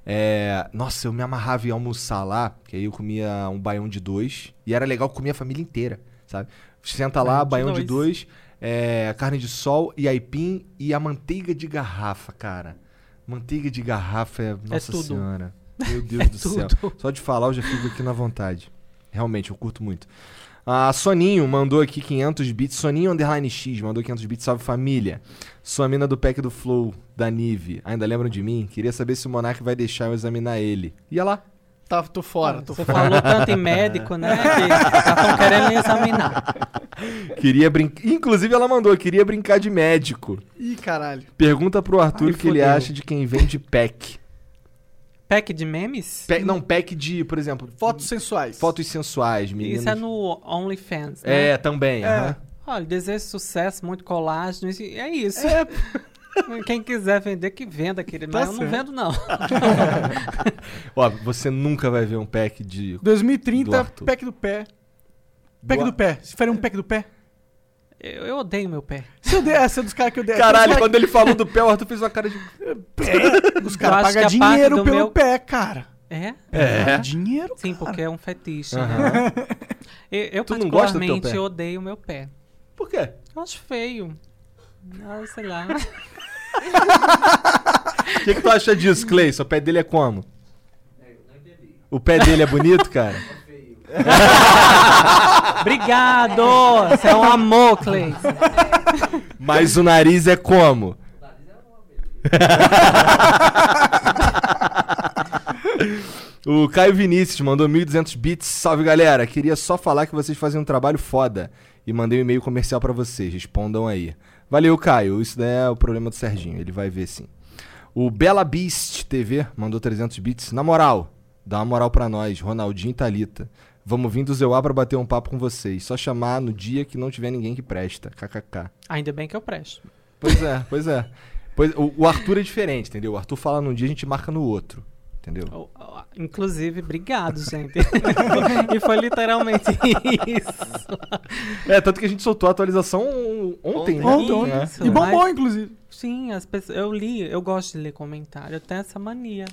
É, nossa, eu me amarrava em almoçar lá, que aí eu comia um baião de dois, e era legal comer a família inteira, sabe? Senta lá, baião
Baião
de
de
dois, é, carne de sol e aipim e a manteiga de garrafa, cara. Manteiga de garrafa é, nossa
tudo.
senhora. Meu Deus do céu.
tudo.
Só de falar eu já fico aqui na vontade. Realmente, eu curto muito. A Soninho mandou aqui 500 bits. Soninho Underline X mandou 500 bits. Salve família. Sua mina do pack do Flow, da Nive. Ainda lembram de mim? Queria saber se o Monark vai deixar eu examinar ele. Ia lá.
Tá, tô fora, tô
Você
fora.
falou tanto em médico, né? Que estão querendo me examinar.
Queria brincar. Inclusive, ela mandou. Queria brincar de médico.
Ih, caralho.
Pergunta pro Arthur
Ai,
o que ele
fodeu.
acha de quem vende pack.
Pack de memes?
Pack- não, pack de, por exemplo,
Fotos sensuais.
fotos sensuais, meninas.
Isso é no OnlyFans, né?
É, também. aham.
Olha, desejo sucesso, muito colágeno, isso- é isso. Quem quiser vender, que venda, querido.
Tá
Mas eu não
certo.
vendo, não.
Ó, você nunca vai ver um pack de
2030,
Do Arthur.
pack do pé. Pack
Do
do,
Ar-
pé. Se faria um pack do pé?
Eu, eu odeio meu pé.
Se eu der, essa é dos caras que eu der.
Caralho, quando ele falou do pé, o Arthur fez uma cara de.
Os caras pagam
Eu acho que a parte
dinheiro
do
pelo
meu-
pé, cara.
É?
É.
Dinheiro?
Sim, porque é um fetiche. Né?
Aham.
Eu, eu
Tu não gosta do teu
particularmente,
pé?
odeio meu pé.
Por quê?
Eu acho feio. Ah, sei lá.
O que, que tu acha disso, Cleison? O pé dele é como?
É, eu não entendi.
O pé dele é bonito, cara?
É feio.
Obrigado! Você é um amor, Cleis.
Mas o nariz é como?
O nariz é uma beleza.
O Caio Vinícius mandou 1.200 bits. Salve, galera. Queria só falar que vocês fazem um trabalho foda. E mandei um e-mail comercial pra vocês. Respondam aí. Valeu, Caio. Isso daí é o problema do Serginho. Ele vai ver sim. O Bela Beast TV mandou 300 bits. Na moral, dá uma moral pra nós, Ronaldinho e Thalita. Vamos vir do Zeuá pra bater um papo com vocês. Só chamar no dia que não tiver ninguém que presta. KKK.
Ainda bem que eu presto.
Pois é, pois é. Pois- o, o Arthur é diferente, entendeu? O Arthur fala num dia, a gente marca no outro. Entendeu?
Oh, oh, Inclusive, obrigado, gente. e foi literalmente isso.
É, tanto que a gente soltou a atualização ontem, né?
Ontem, ontem.
É.
Isso,
E bombou,
mas-
inclusive.
Sim, as pessoas. Eu li, eu gosto de ler comentário. Eu tenho essa mania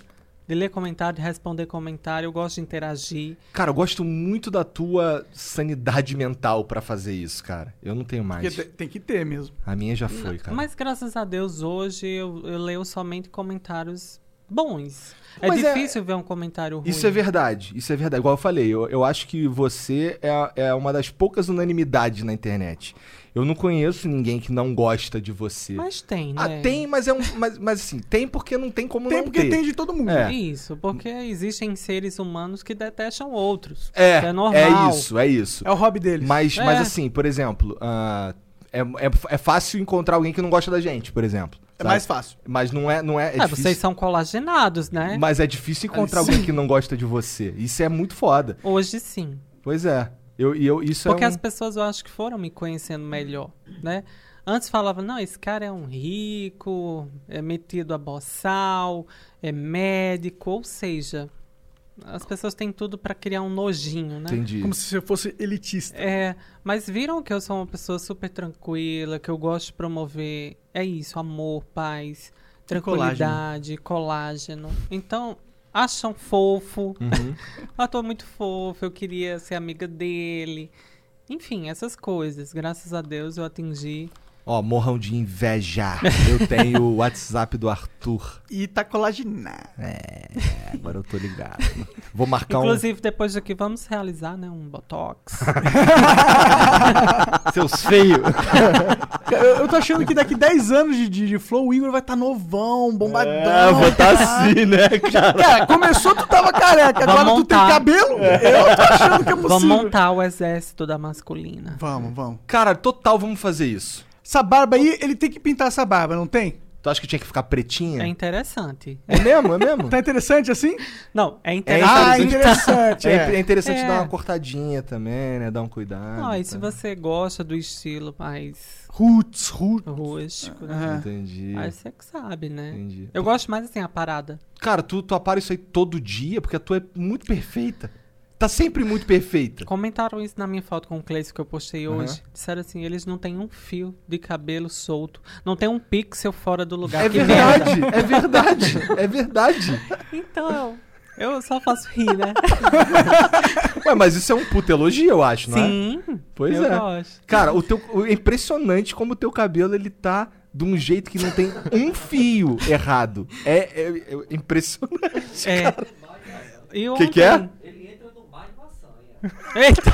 de ler comentário, de responder comentário. Eu gosto de interagir.
Cara, eu gosto muito da tua sanidade mental pra fazer isso, cara. Eu não tenho mais.
Porque te- tem que ter mesmo.
A minha já foi, cara.
Mas graças a Deus, hoje eu, eu leio somente comentários bons.
Mas
é
é-
difícil ver um comentário ruim.
Isso é verdade, isso é verdade. Igual eu falei, eu, eu acho que você é, é uma das poucas unanimidades na internet. Eu não conheço ninguém que não gosta de você.
Mas tem,
ah,
né?
tem, mas é um. Mas, mas assim, tem porque não tem como
Tem
não
porque
ter.
tem de todo mundo.
É.
Isso, porque existem seres humanos que detestam outros.
É,
Isso é normal.
é isso, é isso.
É o hobby deles.
Mas, mas
É.
assim, por exemplo, ah, é, é, é fácil encontrar alguém que não gosta da gente, por exemplo.
É
sabe?
mais fácil.
Mas não é, não é, é
Ah,
difícil.
vocês são colagenados, né?
Mas é difícil encontrar alguém que não gosta de você. Isso é muito foda.
Hoje sim.
Pois é. Eu, e eu, isso
Porque
é um...
as né? pessoas eu acho que foram me conhecendo melhor, né? Antes falava, não, esse cara é um rico, é metido a boçal, é médico, ou seja, as pessoas têm tudo pra criar um nojinho, né?
Entendi.
Como se você fosse elitista.
É, mas viram que eu sou uma pessoa super tranquila, que eu gosto de promover, é isso, amor, paz, tranquilidade, colágeno. Então, acham fofo,
Uhum.
ator muito fofo, eu queria ser amiga dele. Enfim, essas coisas. Graças a Deus eu atingi.
Ó, morram de inveja. Eu tenho o WhatsApp do Arthur.
E tá colaginado.
É, agora eu tô ligado. Vou marcar
Inclusive, depois daqui, vamos realizar, né, um botox.
um. Seus feios.
Eu, eu tô achando que daqui 10 anos de, de, de flow, o Igor vai tá novão, bombadão.
Ah, vou tá assim, né, cara?
Cara, começou tu tava careca, agora
Vamos
tu tem
montar.
cabelo? Eu tô achando que é possível.
vamos montar o exército da masculina.
Vamos, vamos.
Cara, total, vamos fazer isso.
Essa barba aí, ele tem que pintar essa barba, não tem?
Tu acha que tinha que ficar pretinha?
É interessante.
É mesmo, é mesmo?
Tá interessante assim?
Não, é
É
interessante.
ah,
interessante.
interessante.
É,
é.
é interessante
É.
dar uma cortadinha também, né? Dar um cuidado.
Não, e
tá?
se você gosta do estilo mais
Roots, roots.
rústico, né?
Aham.
Entendi.
Aí você que sabe, né?
Entendi.
Eu gosto mais assim, a parada.
Cara, tu, tu apara isso aí todo dia, porque tu é muito perfeita. Tá sempre muito perfeita.
Comentaram isso na minha foto com o Cleice que eu postei
Aham.
hoje. Disseram assim, eles não têm um fio de cabelo solto. Não tem um pixel fora do lugar.
É
Ah, que merda.
verdade, é verdade, é verdade.
Então, eu só faço rir, né?
Ué, mas isso é um puta elogio, eu acho, não é?
Sim,
Pois
eu
é.
gosto.
Cara, o teu, o- é impressionante como o teu cabelo ele tá de um jeito que não tem um fio errado. É, é- é impressionante.
É. E
Que que é?
ontem-
Ele entra no mar de maçanha.
Eita!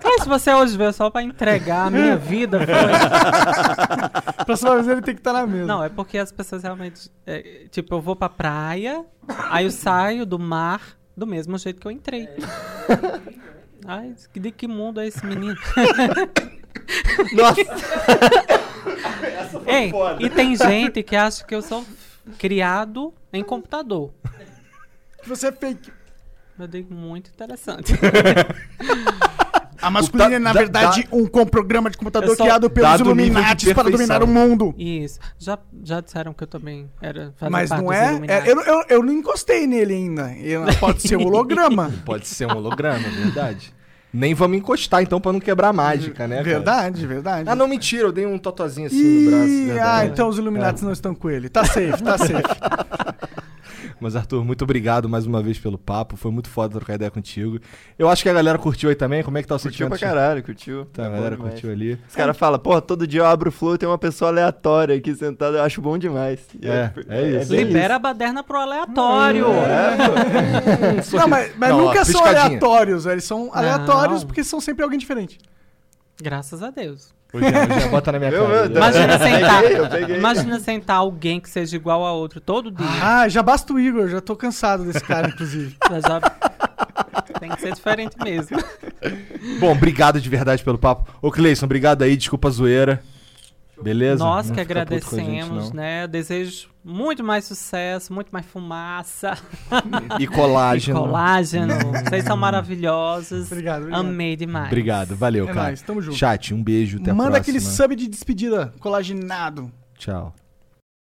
Cleice, você hoje veio só pra entregar a minha vida, foi?
Próxima vez ele tem que estar na mesa.
Não, é porque as pessoas realmente. é, tipo, eu vou pra praia, aí eu saio do mar do mesmo jeito que eu entrei.
É
Ai, de que mundo é esse menino?
Nossa,
Ei, e tem gente que acha que eu sou criado em computador.
Você é fake.
Eu digo muito interessante.
A masculina
O
é,
ta-
na
da-
verdade, um com programa de computador
Eu só-
criado pelos
Dado o nível de
Illuminatis para
perfeição.
dominar o mundo.
Isso. Já, já disseram que eu também era. fazia
Mas
parte
não
dos
é?
Illuminati.
é eu, eu, eu não encostei nele ainda. Eu- Pode ser um holograma.
Pode ser um holograma, é verdade. Nem vamos encostar, então, pra não quebrar a mágica, né? cara?
É verdade, verdade.
Ah, não, mentira, eu dei um totozinho assim
Ih,
no braço.
ah,
verdade.
então os Illuminatis não estão com ele. Tá safe, tá safe.
Mas, Arthur, muito obrigado mais uma vez pelo papo. Foi muito foda trocar ideia contigo. Eu acho que a galera curtiu aí também. Como é que tá o
curtiu pra
sentimento?
caralho, curtiu.
Tá,
É
a
bom
galera
demais.
curtiu ali.
Os caras falam, porra, todo dia eu abro o flow e tem uma pessoa aleatória aqui sentada, eu acho bom demais. E
É,
tipo, um,
é isso.
bem
Libera a baderna pro aleatório.
né?
é. não, mas, mas
Não, ó,
nunca são
piscadinha.
aleatórios. Eles são aleatórios
Não.
porque são sempre alguém diferente.
Graças a Deus.
Hoje é, hoje é, bota na minha
Meu,
cara.
meu Deus. é-
Imagina sentar.
peguei, eu peguei.
Imagina sentar alguém que seja igual a outro todo dia.
Ah, já basta o Igor. Já tô cansado desse cara, inclusive.
Já, já- Tem que ser diferente mesmo.
Bom, obrigado de verdade pelo papo. Ô, Cleison, obrigado aí, desculpa a zoeira. Beleza?
Nós
Não
que
fica puto com a gente,
agradecemos,
não.
né? Desejo muito mais sucesso, muito mais fumaça
E
né? e
colágeno.
colágeno. Vocês são maravilhosos.
Obrigado, obrigado.
Amei demais.
Obrigado, valeu,
É
cara.
nóis, tamo junto.
Chat, um beijo, até a
Manda
próxima.
aquele sub de despedida colaginado.
Tchau.